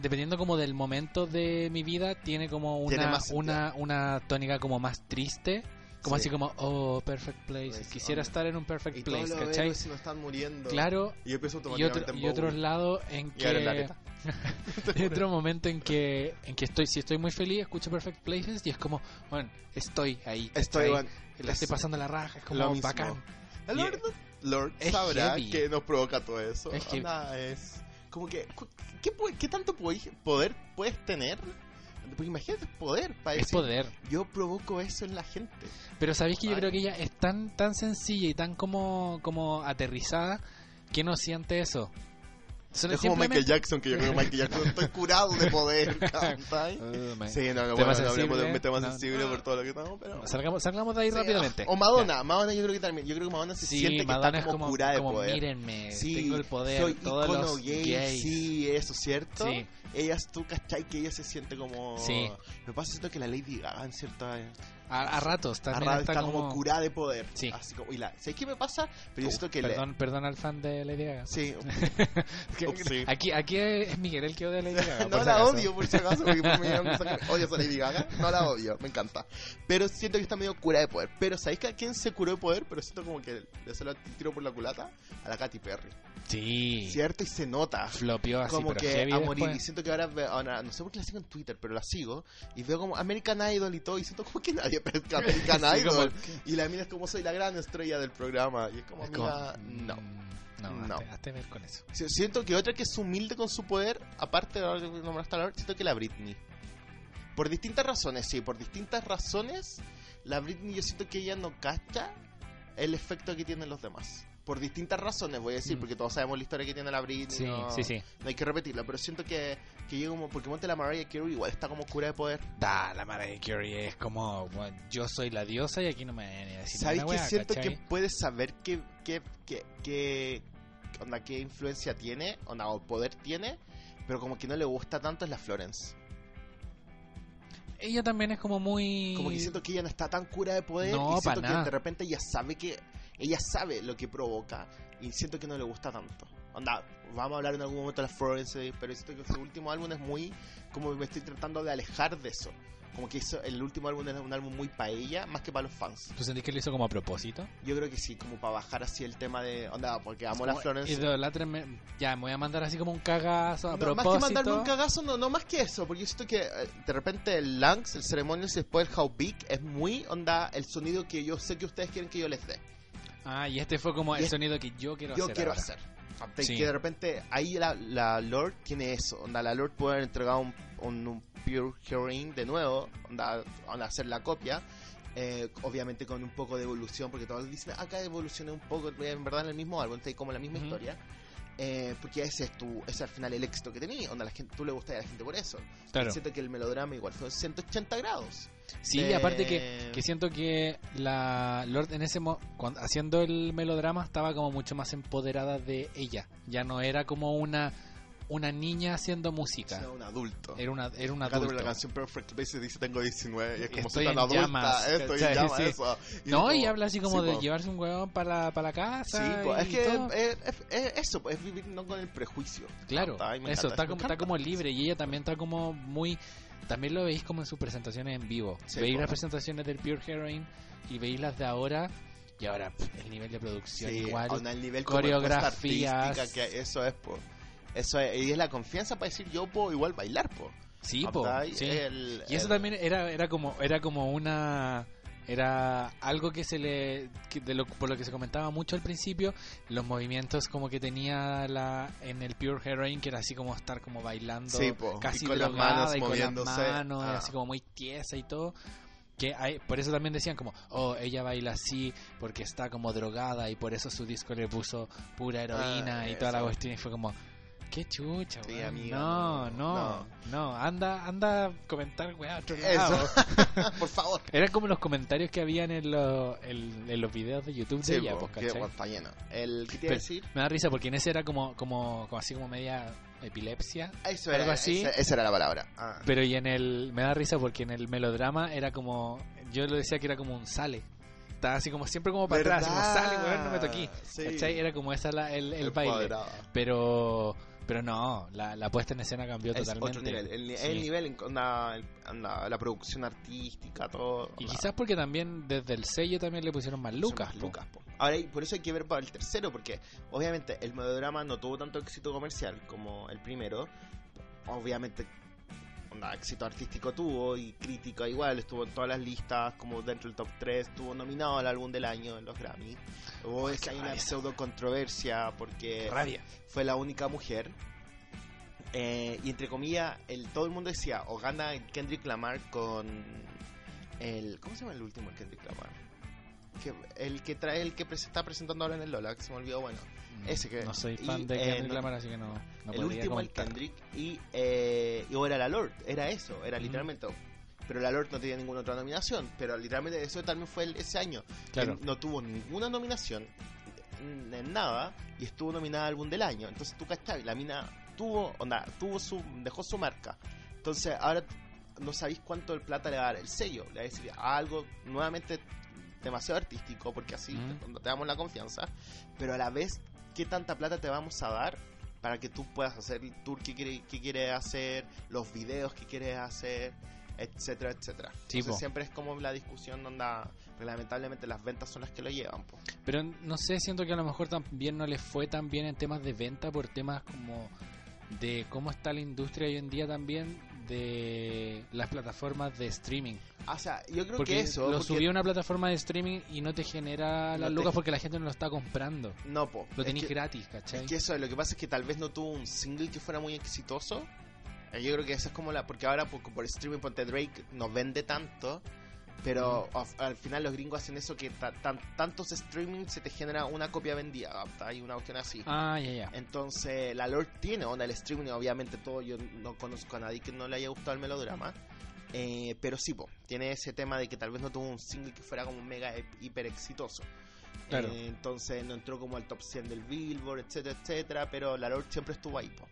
dependiendo como del momento de mi vida tiene como una
Tiene más
una una tónica como más triste como
Sí.
así como oh perfect place
Place,
quisiera
onda.
estar en un perfect
y todos
place
los
¿cachai?
héroes se nos están muriendo.
claro
Y yo empiezo
y otro
automáticamente
y otro
en Bowie.
lado en
Y ahora en la
que hay otro momento en que en que estoy si estoy muy feliz escucho perfect places y es como bueno estoy ahí ¿cachai?
Estoy, bueno,
la estoy pasando la raja es
lo
como
mismo.
bacán
El
Y-
Lord, Lord
es
sabrá
heavy.
que nos provoca todo eso.
Es heavy.
Onda, es como que, cu- ¿qué, pu- qué tanto pu- poder puedes tener? Porque imagínate poder para
es
decir,
poder
yo provoco eso en la gente.
Pero sabéis que yo
Ay.
creo que ella es tan, tan sencilla y tan como, como aterrizada que no siente eso. Solo
es como Michael
simplemente-
Jackson, que yo creo que Michael Jackson estoy curado de poder, ¿cachai?
Uh, man.
Sí, no, no, bueno, no
Tema
hablemos de
sensible,
un tema
no.
sensible por todo lo que estamos, pero...
Salgamos, salgamos de ahí
Sí,
rápidamente.
O Madonna, Madonna yo creo que también, yo creo que Madonna se
Sí,
siente
Madonna
que
es
está como,
como,
curada de
como,
poder.
mírenme,
Sí,
tengo el poder,
soy
todos
icono
los
gay,
gays.
sí, eso, ¿cierto?
Sí.
Ellas, tú, ¿cachai? Que ella se siente como...
Sí.
Me pasa siento que la Lady Gaga, en cierta...
A, a ratos también
arra-
está, como...
curada de poder.
Sí.
Así como, y la... ¿Sabes qué me pasa? Pero yo siento que... la-
Perdón, perdón al fan de Lady Gaga.
Sí,
Que-
Ups, sí.
Aquí, aquí es Miguel el que odia a Lady
No
Gaga. Ah, por si
la
acaso.
odio, por si acaso, porque me llegan mensajes, odio a Lady Gaga. No la odio, me encanta. Pero siento que está medio cura de poder. Pero ¿sabéis que a quién se curó de poder? Pero siento como que le se lo tiro por la culata a la Katy Perry.
Sí,
¿Cierto? Y se nota.
flopeó así,
como
pero
que
heavy
a morir.
después.
Y siento que ahora, ve- ahora- no sé por qué la sigo en Twitter, pero la sigo. Y veo como American Idol y todo. Y siento como que nadie pesca American
Sí, como-
Idol. Y la mira es como soy la gran estrella del programa. Y es como,
Es como,
amiga,
mm,
no.
No,
No.
Hazte, hazte ver con eso.
Si- Siento que otra que es humilde con su poder, aparte de ahora que nombraste a la Lorde, siento que la Britney. Por distintas razones, sí, por distintas razones, la Britney yo siento que ella no cacha el efecto que tienen los demás. por distintas razones, voy a decir,
Mm.
porque todos sabemos la historia que tiene la Britney.
Sí,
no,
sí, sí.
no hay que repetirla, pero siento que, que llega como. Porque Monte la Mariah Carey igual está como cura de poder.
Da, la Mariah Curie es como, bueno, yo soy la diosa y aquí no me vienen a decir
¿Sabes
una
que
weá,
siento
¿cachai?
que puedes saber qué, qué, qué, qué- onda, qué influencia tiene onda, o poder tiene? Pero como que no le gusta tanto es la Florence.
Ella también es como muy...
Como que siento que ella no está tan cura de poder
No,
y siento
pa'
que
nada.
de repente ella sabe que ella sabe lo que provoca y siento que no le gusta tanto. Onda, vamos a hablar en algún momento de la Florence, pero siento que su último álbum es muy como me estoy tratando de alejar de eso. Como que eso, el último álbum es un álbum muy para ella, más que para los fans.
¿Tú sentís que lo hizo como a propósito?
Yo creo que sí, como para bajar así el tema de onda, porque amo a la
Como
Florence.
idolátrenme- Ya, me voy a mandar así como un cagazo a
No, más
propósito.
que mandarme un cagazo, no, no más que eso, porque yo siento que eh, de repente el Langs, el ceremonio y después el How Big es muy onda el sonido que yo sé que ustedes quieren que yo les dé.
Ah, y este fue como
Y
el
es-
sonido que yo quiero
yo
hacer.
quiero
ahora.
hacer. Hasta
Sí.
Que de repente ahí la, la Lord tiene eso. Onda, la Lord puede haber entregado un, un- un Pure Hearing de nuevo, onda, onda hacer la copia. eh, obviamente con un poco de evolución, porque todos dicen acá evolucioné un poco, en verdad en el mismo álbum, está ahí como la misma
Ujú.
historia. Eh, porque ese es tu, ese al final el éxito que tenía, onda la gente, tú le gustas a la gente por eso.
Claro.
Siento que el melodrama igual fue 180 grados.
Sí,
Eh,
aparte que, que siento que la Lord en ese mo- cuan- haciendo el melodrama estaba como mucho más empoderada de ella. Ya no era como una una niña haciendo música.
era un adulto.
Era una era un
Acá tengo
adulto.
la canción Perfect Places dice tengo 19 y es como
Estoy
soy tan
en
adulta,
llamas,
esto y
¿cachai?
llamas,
Sí.
eso.
No,
es
y
como-
habla así como
sí,
de
po.
llevarse un huevón para la casa.
Sí, po, es
y
que
todo.
es, es- es eso, po, es vivir no con el prejuicio. Ah,
Claro,
Ay, me
eso,
encanta,
está
me
como, está
encanta.
como libre y ella también está como muy... También lo veis como en sus presentaciones en vivo.
Sí,
veis
po.
las presentaciones del Pure Heroine y veis las de ahora y ahora pff, el nivel de producción igual.
onda, el nivel como de propuesta
coreografías.
artística que eso es, po. Eso es, y es la confianza para decir yo puedo igual bailar, po.
Sí, po,
¿Cachai?
sí.
El-
Y eso
el-
también era, era como era como una era algo que se le que de lo, por lo que se comentaba mucho al principio los movimientos como que tenía la en el Pure Heroine que era así como estar como bailando
Sí, po,
casi
y con las
drogada
manos
y con las
moviéndose,
manos
ah.
así como muy tiesa y todo que hay- por eso también decían como oh ella baila así porque está como drogada y por eso su disco le puso pura heroína
Ah,
y toda la
eso.
cuestión y fue como Qué chucha,
Sí,
weón.
amiga,
no,
no,
no, no, Anda, anda a comentar, weá, a otro lado.
Eso. Por favor.
Eran como los comentarios que habían en, lo- en- en los videos de YouTube de
Sí,
ella,
po,
pues,
que
¿cachai?
guapa llena. El, ¿Qué te iba
Pero-
a decir?
Me da risa porque en ese era como, como, como así como media epilepsia.
Eso
Algo
era,
así.
Esa, esa era la palabra. Ah.
Pero y en el. Me da risa porque en el melodrama era como. Yo lo decía que era como un sale. Estaba así como siempre como para atrás. así como,
¿Verdad?
sale, weón, no me toqué.
Sí.
¿Cachai? Era como esa la, el, el baile.
Empoderada.
Pero. Pero no, la, la puesta en escena cambió
Es
totalmente.
otro nivel. El, ni-
Sí.
el nivel, en- onda, el- onda, la producción artística, todo.
Y
onda,
quizás porque también desde el sello también le pusieron más
son
Lucas.
más
po.
Lucas, po. Ahora, y por eso hay que ver para el tercero, porque obviamente el melodrama no tuvo tanto éxito comercial como el primero. Obviamente, onda, éxito artístico tuvo y crítica igual. Estuvo en todas las listas, como dentro del top 3. Estuvo nominado al álbum del año en los Grammy. Hubo
Ay,
esa-
qué
hay una
rabia.
pseudo controversia porque.
Rabia.
fue la única mujer. Eh, y entre comillas, el, todo el mundo decía, o gana Kendrick Lamar con el... ¿Cómo se llama el último Kendrick Lamar? Que, el que trae, el que pre- está presentando ahora en el Lola, que se me olvidó, bueno. Ese que-
Mm. No soy
y,
fan de
eh,
Kendrick
no-
Lamar, así que no, no
el
podría
último
comentar.
el Kendrick y, eh, y ahora la Lord, era eso, era
Ujú.
literalmente... Pero la Lord no tenía ninguna otra nominación, pero literalmente eso también fue el- ese año.
Claro.
que no tuvo ninguna nominación en, en nada y estuvo nominada al álbum del año. Entonces tú cachai, la mina tuvo, onda, tuvo su, dejó su marca. Entonces ahora no sabéis cuánto el plata le va a dar el sello, le va a decir "Ah, algo nuevamente demasiado artístico porque así
Mm.
te- te damos la confianza, pero a la vez qué tanta plata te vamos a dar para que tú puedas hacer el tour que quieres que quieres hacer, los videos que quieres hacer, etcétera, etcétera.
Sí,
Entonces,
po.
siempre es como la discusión donde lamentablemente las ventas son las que lo llevan. po.
Pero no sé, siento que a lo mejor también no les fue tan bien en temas de venta por temas como de cómo está la industria hoy en día también de las plataformas de streaming.
O sea, yo creo
Porque
que eso
lo
porque-
subió a una plataforma de streaming y no te genera
No
las
te-
lucas porque la gente no lo está comprando.
no po.
Lo
Es
tenéis
que-
gratis,
Es
¿cachai?
que eso, lo que pasa es que tal vez no tuvo un single que fuera muy exitoso. Eh, Yo creo que esa es como la. Porque ahora por, por streaming, ponte Drake, nos vende tanto Pero of- al final los gringos hacen eso que ta- tan- tantos streaming se te genera una copia vendida. Hay una opción así.
Ah, ya, ya.
Entonces, la Lord tiene onda el streaming, obviamente todo, yo no conozco a nadie que no le haya gustado el melodrama. Eh, pero sí, po, tiene ese tema de que tal vez no tuvo un single que fuera como mega hi- hiper exitoso.
Claro.
Eh, entonces no entró como al top 100 del Billboard, etcétera, etcétera, pero la Lord siempre estuvo ahí. po.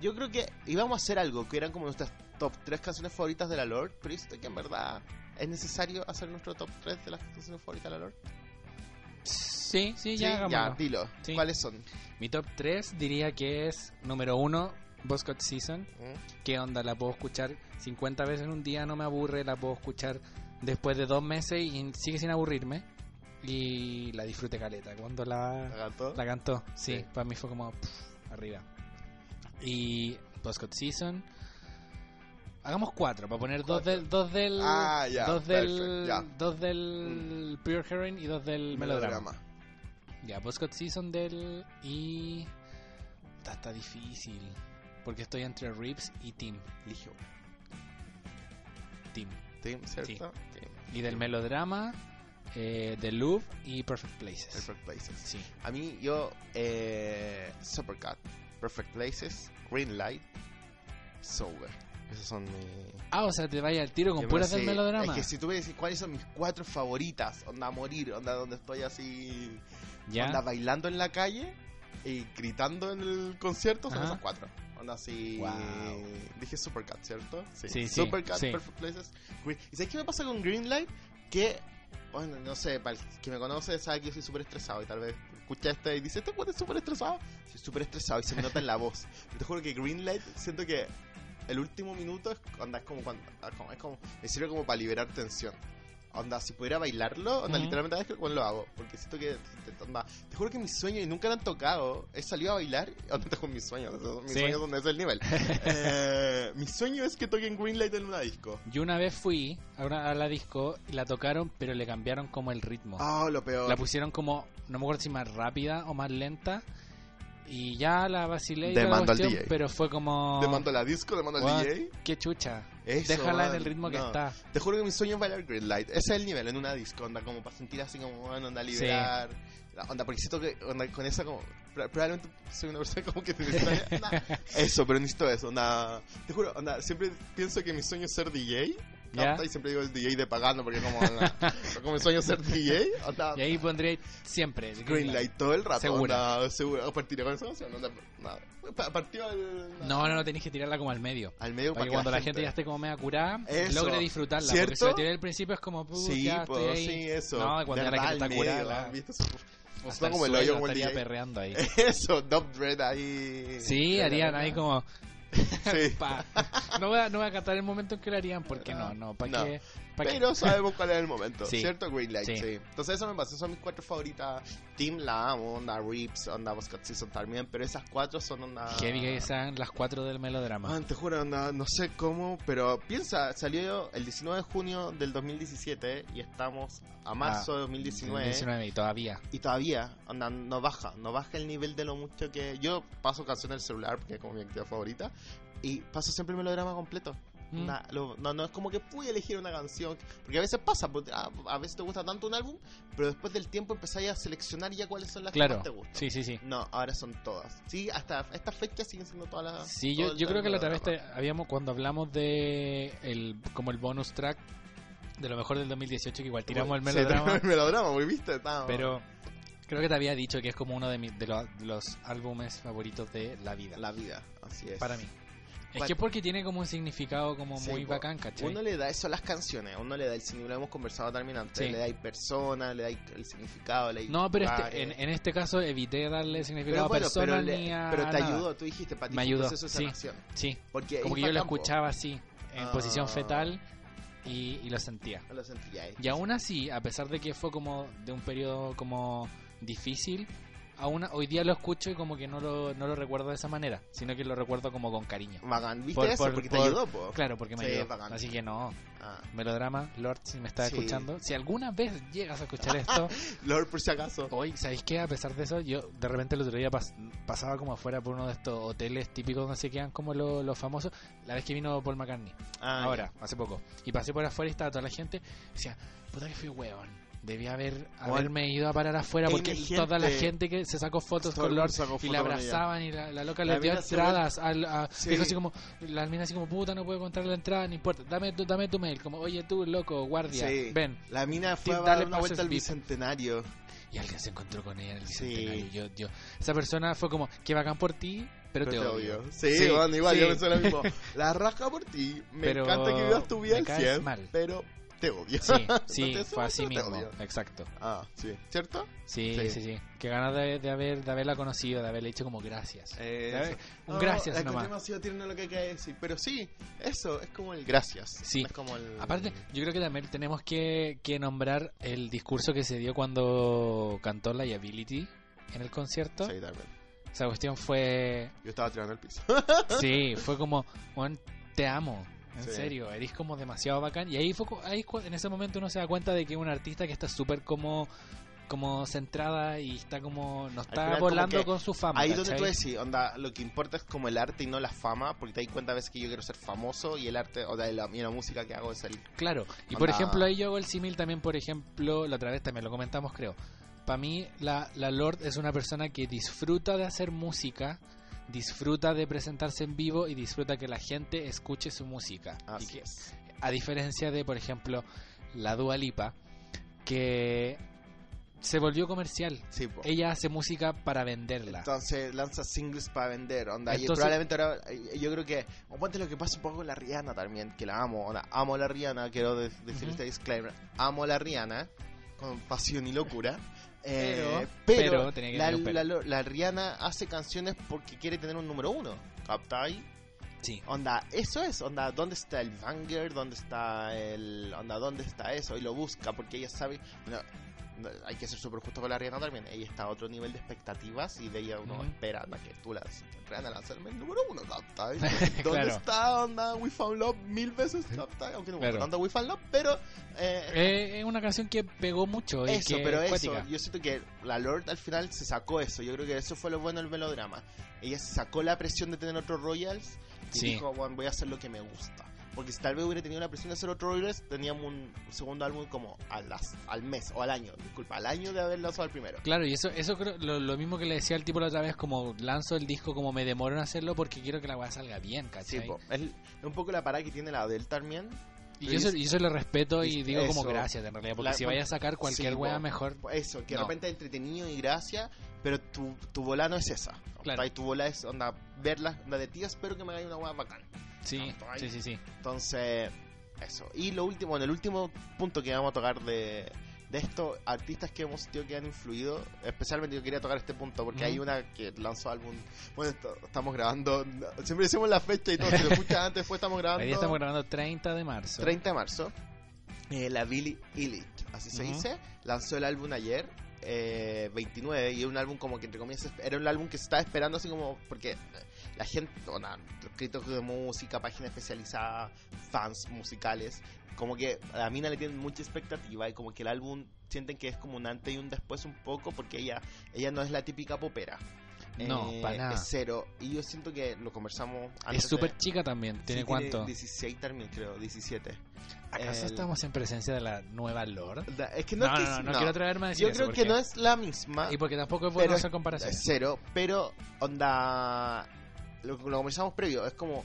Yo creo que íbamos a hacer algo que eran como nuestras top 3 canciones favoritas de la Lord, pero esto que en verdad es necesario hacer nuestro top 3 de las canciones favoritas de la Lord.
Sí, sí,
Sí,
ya hagámoslo.
dilo.
Sí.
¿Cuáles son?
Mi top 3 diría que es número 1, Boscott Season.
¿Mm?
¿Qué onda? La puedo escuchar 50 veces en un día, no me aburre, la puedo escuchar después de dos meses y sigue sin aburrirme. Y la disfrute caleta. Cuando la,
Gato.
la cantó, sí,
Sí.
para mí fue como pff, arriba. Y Boscott Season. Hagamos cuatro, para poner dos
Cuatro.
del, dos del,
Ah, ya,
dos del,
perfecto, ya. Mm.
dos del Pure Heroine y dos del melodrama. Ya, Boscott Season del y. Está, está difícil. Porque estoy entre Rips y Tim.
Ligio.
Tim.
Team, ¿cierto? Team.
Y del melodrama, eh, The Loop y Perfect Places.
Perfect Places.
Sí.
A mí, yo, eh, Supercat, Perfect Places, Green Light, Sober. Esos son mis.
Ah, o sea, te vaya al tiro con
que
puras
me-
del
sí,
melodrama.
Es que si tú me decís cuáles son mis cuatro favoritas, onda a morir, onda donde estoy así, onda
ya.
bailando en la calle y gritando en el concierto, son
Ajá.
esas cuatro. Onda así.
Wow.
Dije Supercat, ¿cierto?
Sí, sí,
Supercat,
sí.
Perfect Places, Green- ¿Y sabes qué me pasa con Green Light? Que. Bueno, no sé, para el que me conoce sabe que yo soy súper estresado y tal vez escucha esto y dice, ¿este cuate es súper estresado? Soy súper estresado y se me nota en la voz. Pero te juro que Green Light siento que el último minuto es, onda, es como cuando... Es como, es como- me sirve como para liberar tensión. Onda, si pudiera bailarlo, onda,
Ujú.
literalmente a veces cuando lo hago. Porque siento que... te- onda, te juro que mis sueños, y nunca lo han tocado, he salido a bailar, onda, con mis sueños, esos- mis
Sí.
sueños donde es el nivel. Eh, mi sueño es que toquen Green Light en una disco.
Yo una vez fui a, una- a la disco y la tocaron, pero le cambiaron como el ritmo.
Ah, lo peor.
La pusieron como, no me acuerdo si más rápida o más lenta. Y ya la vacilé y toda la
Demando al
cuestión,
DJ.
pero fue como...
Te mando la disco, le mando al
What?
DJ.
Qué chucha.
Eso,
Déjala en
man,
el ritmo que
no.
está.
Te juro que mi sueño es bailar Green Light. Ese es el nivel en una disco, onda, como para sentir así como, bueno, onda, liberar. La Onda, porque siento que onda, con esa como... pr- Probablemente soy una persona como que te distrae. onda, Eso, pero necesito eso, onda... Te juro, onda, siempre pienso que mi sueño es ser DJ.
Ya.
onda, Y siempre digo el DJ de pagando, porque como, onda, como mi sueño es ser DJ, onda...
Y ahí pondría siempre el
Green Light todo el rato,
Segura.
onda, seguro. Partiría con esa canción, onda, nada. Pa- Partió al...
No, no, no tenés que tirarla como al medio.
Al medio
Para que cuando la gente... ya esté como media curada,
Eso.
logre disfrutarla. Porque si
¿Cierto?
la tiré al principio es como, "Puh,
Sí,
ya
po,
estoy ahí".
sí, eso.
No, cuando ya la gente
Verdad,
está
al
curada,
medio,
la-
¿has visto? Su-
hasta
Está
el
como el hoyo,
suelo
como el
estaría
DJ.
perreando ahí.
Eso, Dub Dread ahí.
Sí, harían ahí como,
Sí.
pa. No voy, a, no voy a cantar el momento en que lo harían, porque no, no, ¿para
Ah, No.
qué? pa' qué.
Pero sabemos cuál es el momento,
Sí.
¿cierto? Green Light, sí.
Sí.
Entonces eso me pasó, son mis cuatro favoritas. Team la amo, onda Rips, onda Boscat Season también, pero esas cuatro son onda...
Heavy que sean las cuatro del melodrama.
Man, te juro, onda, no sé cómo, pero piensa, salió el 19 de junio del 2017 y estamos a marzo
Ah,
de 2019.
19 y todavía.
Y todavía, onda, no baja, no baja el nivel de lo mucho que... Yo paso canciones del celular, porque es como mi actividad favorita, y paso siempre el melodrama completo.
Mm.
Onda, lo- no, no es como que pude elegir una canción, porque a veces pasa, porque a, a veces te gusta tanto un álbum, pero después del tiempo empezáis a seleccionar ya cuáles son las que
Claro,
más te gustan.
sí, sí, sí.
No, ahora son todas. Sí, hasta esta fecha siguen siendo todas las...
Sí,
Ah, todo
yo,
el
yo creo que la otra
melodrama.
vez te- habíamos, cuando hablamos de el, como el bonus track de lo mejor del 2018, que igual tiramos el
Sí,
melodrama,
el melodrama, muy viste, Estábamos-
pero creo que te había dicho que es como uno de, mis- de lo- de los álbumes favoritos de la vida,
La vida, así es.
para mí. Es
Bueno.
que porque tiene como un significado como
Sí,
muy
po.
bacán, ¿cachai?
Uno le da eso a las canciones, uno le da el significado, lo hemos conversado también antes,
Sí.
le da el persona, le da el significado, le da
No, pero este-
lugares.
en, en este caso evité darle
pero,
significado
bueno,
a persona
pero, le-
ni a
pero te
nada.
ayudó, tú dijiste, para ti fue
Me
un
ayudó,
proceso de
sí.
sanación.
Sí,
Porque
como
ahí
que yo
para
lo
campo,
escuchaba así, en
Ah.
posición fetal y- y lo sentía.
no lo sentía ahí.
Y aún así, a pesar de que fue como de un periodo como difícil, aún hoy día lo escucho y como que no lo, no lo recuerdo de esa manera, sino que lo recuerdo como con cariño.
Bacán, ¿viste
Por-
eso?
por-
Porque te
por-
ayudó, po.
Claro, porque me
Sí,
ayudó.
bacán.
Así que no,
Ah,
melodrama, Lord, si me estás
Sí.
escuchando, si alguna vez llegas a escuchar esto,
Lord, por si acaso.
hoy, ¿sabéis qué? A pesar de eso, yo de repente el otro día pas- pasaba como afuera por uno de estos hoteles típicos donde se quedan como lo- los famosos, la vez que vino Paul McCartney.
Ah,
ahora, hace poco. Y pasé por afuera y estaba toda la gente. Decía, puta que fui hueón. Debía haber,
Bueno.
haberme ido a parar afuera
N
porque
gente.
toda la gente que se sacó fotos
Todo el
con
mundo
Lord
sacó
y
foto
la
con ella.
abrazaban y la, la loca
La
le dio
mina se
entradas. Al, a-
Sí.
Dijo así como, la mina así como, puta, no puedo encontrar la entrada, no importa. Dame tu, dame tu mail. Como, oye tú, loco, guardia,
Sí.
ven.
La mina fue a
Dale
dar una
pases
vuelta al
VIP.
bicentenario.
Y alguien se encontró con ella en el
Sí.
bicentenario. Yo, yo. Esa persona fue como, qué bacán por ti, pero, te, odio.
Sí,
Sí,
bueno, igual
sí.
yo pensé lo mismo. La raja por ti. Me
Pero
encanta que vivas tu vida
me
al
caes
100,
mal.
pero te odio.
Sí,
No
sí,
te
fue
sumo,
así
pero te
mismo.
odio.
Exacto.
Ah, sí. ¿Cierto?
Sí,
Sí.
sí, sí, Qué ganas de, de haber, de haberla conocido, de haberle hecho como gracias.
Eh,
De haber-
eso.
un
No,
gracias
la
nomás.
encontré demasiado tierna lo que acaba de decir. Pero sí, eso, es como el gracias.
Sí.
Es como el...
Aparte, yo creo que también tenemos que, que nombrar el discurso que se dio cuando cantó Liability en el concierto.
Sí, tal cual.
Esa cuestión fue...
Yo estaba tirando el piso.
Ah, Sí, fue como, "Juan, te amo. En
Sí.
serio, eres como demasiado bacán. Y ahí, fue, co- ahí cu- en ese momento uno se da cuenta de que es un artista que está súper como, como centrada y está como... No
final
está
como
volando
que
con su fama.
Ahí donde
¿cachai?
tú decís, onda, lo que importa es como el arte y no la fama, porque te das cuenta a veces que yo quiero ser famoso y el arte, o sea, la, y la música que hago es el...
Claro, y por
Onda-
ejemplo ahí yo hago el símil también, por ejemplo, la otra vez también lo comentamos creo. Para mí la, la Lord es una persona que disfruta de hacer música, disfruta de presentarse en vivo y disfruta que la gente escuche su música. Y
Así
que-
es.
a diferencia de, por ejemplo, la Dua Lipa, que se volvió comercial.
Sí, po.
Ella hace música para venderla.
Entonces lanza singles para vender, onda. y
Entonces-
probablemente ahora, eh, yo creo que, aguante lo que pasa un poco con la Rihanna también, que la amo, onda, amo a la Rihanna, quiero de- decir
Ujú.
este disclaimer, amo a la Rihanna, con pasión y locura. eh,
Pero-
pero,
pero tenía que
la,
tener un pero.
la- la Rihanna hace canciones porque quiere tener un número uno, ¿captai?
Sí.
Onda, eso es, onda, ¿dónde está el banger? ¿Dónde está el... onda, ¿dónde está eso? Y lo busca porque ella sabe... no, no, hay que ser súper justo con la Rihanna también. Ella está a otro nivel de expectativas y de ella uno
Ujú.
espera onda, que tú la Rihanna lanzarme el número uno, ¿cachai? ¿Dónde
Claro.
está, onda, We Found Love mil veces, ¿cachai? Aunque no me gusta
Claro.
tanto We Found Love, pero... eh,
Eh, es una canción que pegó mucho. y
eso,
que
pero
es
eso,
cuática.
yo siento que la Lord al final se sacó eso. Yo creo que eso fue lo bueno del melodrama. Ella se sacó la presión de tener otro Royals y
Sí.
dijo, bueno, voy a hacer lo que me gusta. Porque si tal vez hubiera tenido la presión de hacer otro Royals, teníamos un segundo álbum como a las, al mes o al año, disculpa, al año de haber lanzado el primero.
Claro, y eso, eso creo, lo, lo mismo que le decía al tipo la otra vez, como lanzo el disco, como me demoro en hacerlo porque quiero que la weá salga bien,
Sí,
¿cachai?
po. es es un poco la parada que tiene la Adele también.
y yo eso, y eso lo respeto y
es-
digo como
eso.
gracias, en realidad, porque
La-
si vaya a sacar cualquier
Sí, po.
weá mejor,
Eso, que de
No.
repente es entretenido y gracia, pero tu, tu bola no es esa.
Claro.
Y tu bola es, onda, verla, onda de ti, espero que me haga una guapa bacán.
sí,
Tanto ahí.
sí, sí, sí.
Entonces, eso. Y lo último, en el último punto que vamos a tocar de, de estos artistas que hemos sentido que han influido, especialmente yo quería tocar este punto porque
Ujú.
hay una que lanzó álbum. Bueno, esto- estamos grabando, siempre decimos la fecha y todo, si lo escuchas antes, después estamos grabando.
Hoy día estamos grabando 30 de marzo.
30 de marzo, eh, la Billie Eilish, así se
Ujú.
dice, lanzó el álbum ayer, eh, 29, y era un álbum como que entre comillas, era un álbum que se estaba esperando así como, porque eh, la gente, o na, los críticos de música, páginas especializadas, fans musicales, como que a la mina le tienen mucha expectativa y como que el álbum sienten que es como un antes y un después un poco porque ella ella no es la típica popera.
No,
Eh,
para nada.
Es cero. Y yo siento que lo conversamos antes.
es súper
de-
chica también, ¿tiene
Sí,
cuánto?
16 también, creo, 17.
¿Acaso
el-
estamos en presencia de la nueva Lord?
Da- Es que no,
No,
es
no,
que
no,
es-
no quiero traerme a decir
Yo
eso,
creo que
porque-
no es la misma.
Y porque tampoco es
pero
bueno
es-
hacer comparaciones.
Cero, pero onda lo, lo conversamos previo, es como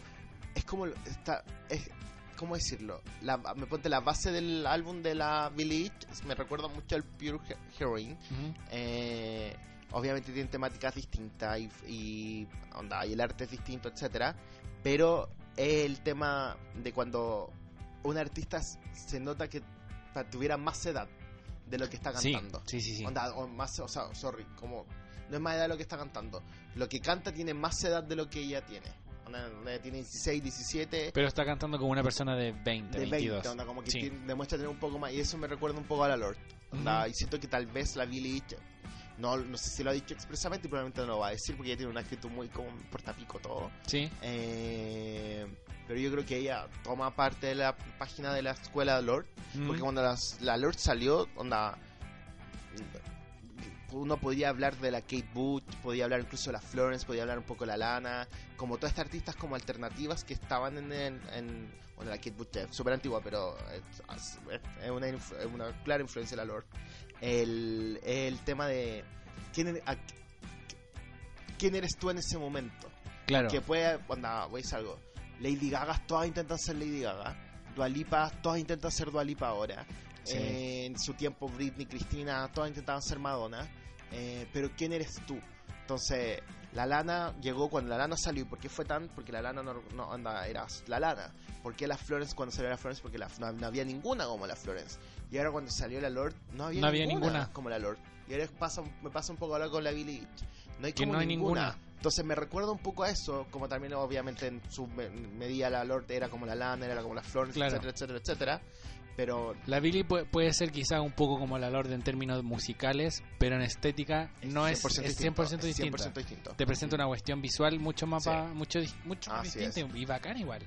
es como está es cómo decirlo, la, me ponte la base del álbum de la Billie Eilish, me recuerda mucho al Pure He- Heroine.
Ujú.
Eh, obviamente tienen temáticas distintas y, y, onda, y el arte es distinto, etcétera. Pero es el tema de cuando un artista s- se nota que ta- tuviera más edad de lo que está
Sí,
cantando.
sí, sí, sí.
Onda, o más, o sea, sorry, como no es más edad de lo que está cantando. Lo que canta tiene más edad de lo que ella tiene. Onda, ella tiene 16, 17,
Pero está cantando como una persona de 20,
de
22.
20, onda, como que
Sí.
tiene- demuestra tener un poco más. Y eso me recuerda un poco a la Lord. Onda,
Ujú.
Y siento que tal vez la Billie Eilish No, no sé si lo ha dicho expresamente y probablemente no lo va a decir porque ella tiene una actitud muy como me importa pico todo.
Sí,
Eh, pero yo creo que ella toma parte de la página de la escuela Lord.
Mm.
Porque cuando las- la Lord salió, onda. Uno podía hablar de la Kate Booth, podía hablar incluso de la Florence, podía hablar un poco de la Lana, como todas estas artistas como alternativas que estaban en. en, en- bueno, la Kate Booth es súper antigua, pero es, es una, inf- es una clara influencia de la Lord. El, el tema de. ¿quién, er- a- ¿Quién eres tú en ese momento?
claro.
que puede, onda, voy a decir algo. Lady Gaga, todas intentan ser Lady Gaga. Dualipa, todas intentan ser Dualipa ahora.
Sí.
Eh, en su tiempo Britney, Cristina, todas intentaban ser Madonna. Eh, pero ¿quién eres tú? Entonces, la lana llegó cuando la lana salió. ¿Y ¿Por qué fue tan? Porque la lana no, no anda, era la lana. ¿Por qué la Florence cuando salió la Florence? Porque la- no, no había ninguna como la Florence. Y ahora cuando salió la Lord, no había,
No había
ninguna,
ninguna.
como la Lord. Y ahora pasa, me pasa un poco ahora con la Billie Eilish. No hay
Que
como
no hay ninguna.
entonces me recuerda un poco a eso, como también obviamente en su me- medida la Lord era como la Lana, era como la Florence,
Claro.
etcétera, etcétera, etcétera. Pero
La Billie pu- puede, ser quizá un poco como la Lorde en términos musicales, pero en estética no es, es 100%
distinto, es
distinta.
100% distinto.
Te presenta una cuestión visual mucho más
Sí.
pa- mucho, dis- mucho más
Así
distinta y bacana igual.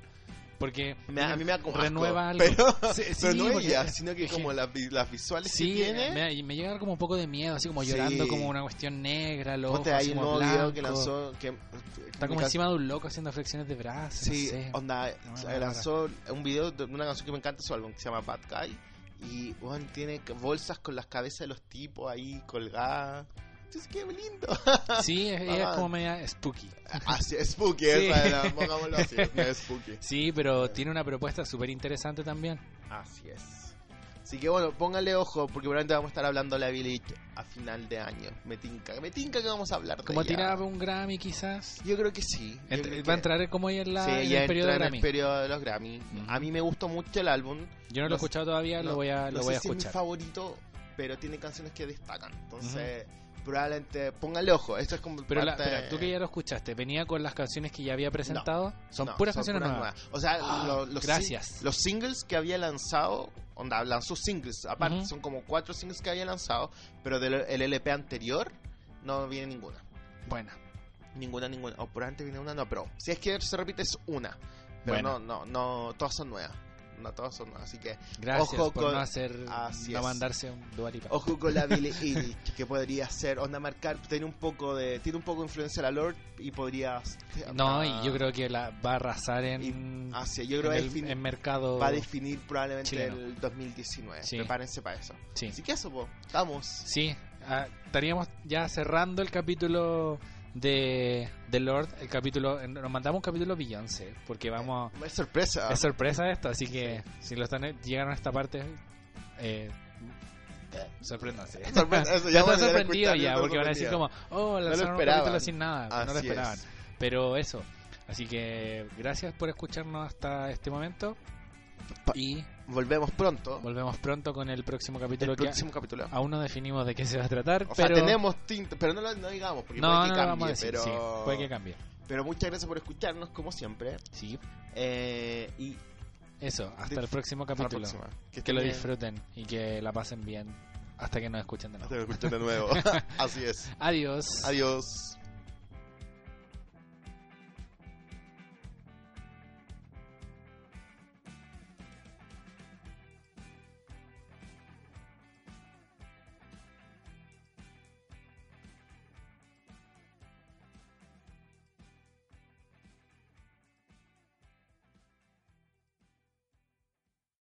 Porque
Me- a mí me da como asco,
renueva algo.
Pero,
Sí,
pero
sí,
no
porque-
ella, sino que
es
como las, vi- las visuales
Sí,
que tiene.
me, y me llega a dar como un poco de miedo, así como
Sí.
llorando como una cuestión negra, lo
Ponte ahí un nuevo video que lanzó. Que,
Está como encima de un loco haciendo flexiones de brazos. no
Sí,
sé.
onda,
No,
eh,
no, no,
lanzó un video de una canción que me encanta su álbum que se llama Bad Guy. Y weón, tiene bolsas con las cabezas de los tipos ahí colgadas. Entonces, qué lindo.
Sí, es, ella es
Ah.
como media spooky.
Así es spooky,
Sí.
esa era, pongámoslo así, es medio spooky.
Sí, pero tiene una propuesta súper interesante también.
Así es. Así que bueno, póngale ojo, porque probablemente vamos a estar hablando de la Billie Eilish a final de año. Me tinca, me tinca que vamos a hablar de
Como
ella.
tiraba un Grammy quizás.
Yo creo que sí. yo
Ent-
creo que-
va a entrar como ella en, la,
sí,
en
ella
el periodo de
entra en
Grammy.
el periodo de los Grammy.
Ujú.
A mí me gustó mucho el álbum.
Yo no lo
no
he escuchado todavía,
No-
lo voy a, lo
no
voy
sé
a
si es mi
escuchar.
favorito, pero tiene canciones que destacan. Entonces, probablemente póngale ojo. Esto es como
pero la-
parte-
espera, tú que ya lo escuchaste, venía con las canciones que ya había presentado. son
No,
puras canciones
puras
nuevas.
O sea,
Ah,
lo- los, sin-
gracias.
los singles que había lanzado, onda, lanzó singles, aparte
Ujú.
son como cuatro singles que había lanzado, pero del el LP anterior no viene ninguna.
Bueno,
Ninguna, ninguna. O por antes viene una, no, pero si es que se repite es una. Pero
Bueno.
no, no, no, todas son nuevas. No todas son nuevas, así que
gracias
Ojo
por
con-
no hacer,
Así
no
es.
mandarse un dualipa.
Ojo con la Billie Eilish, que podría ser onda marcar, tiene un poco de, tiene un poco de influencia la Lord y podría
No, y yo creo que la va a arrasar en,
ah. así, yo creo
en
que
el,
defin-
en mercado.
va a definir probablemente
Chileno.
el 2019.
Sí.
Prepárense para eso.
Sí,
Así que eso, po, estamos.
sí. ah, estaríamos ya cerrando el capítulo de The Lord. El capítulo, nos mandamos un capítulo Beyoncé, porque vamos.
Es sorpresa.
Es sorpresa esto, así que si lo están llegaron a esta parte, eh, sorpréndanse.
Sorpresa, eso,
Ya
ya
están
van a llegar a
sorprendidos
escuchar,
ya,
están
porque van a decir como,
sorprendidos.
oh,
lo
lanzaron un
esperaban.
capítulo sin nada, no lo
Así es.
esperaban. Pero eso, así que gracias por escucharnos hasta este momento
Pa-
y
Volvemos pronto.
volvemos pronto con el próximo capítulo
el
que
próximo capítulo. O
aún no definimos de qué se va a tratar,
sea,
pero
tenemos tinta, pero no lo no digamos, porque
no,
puede
no
que
lo
cambie.
vamos a decir,
pero...
sí, puede que cambie.
pero muchas gracias por escucharnos, como siempre.
Sí,
Eh, y
eso, hasta
De-
el próximo
hasta la
capítulo.
próxima.
Que
estén
lo
bien.
disfruten y que la pasen bien hasta que nos escuchen de nuevo.
Hasta que escuchen de nuevo. Así es.
Adiós.
Adiós.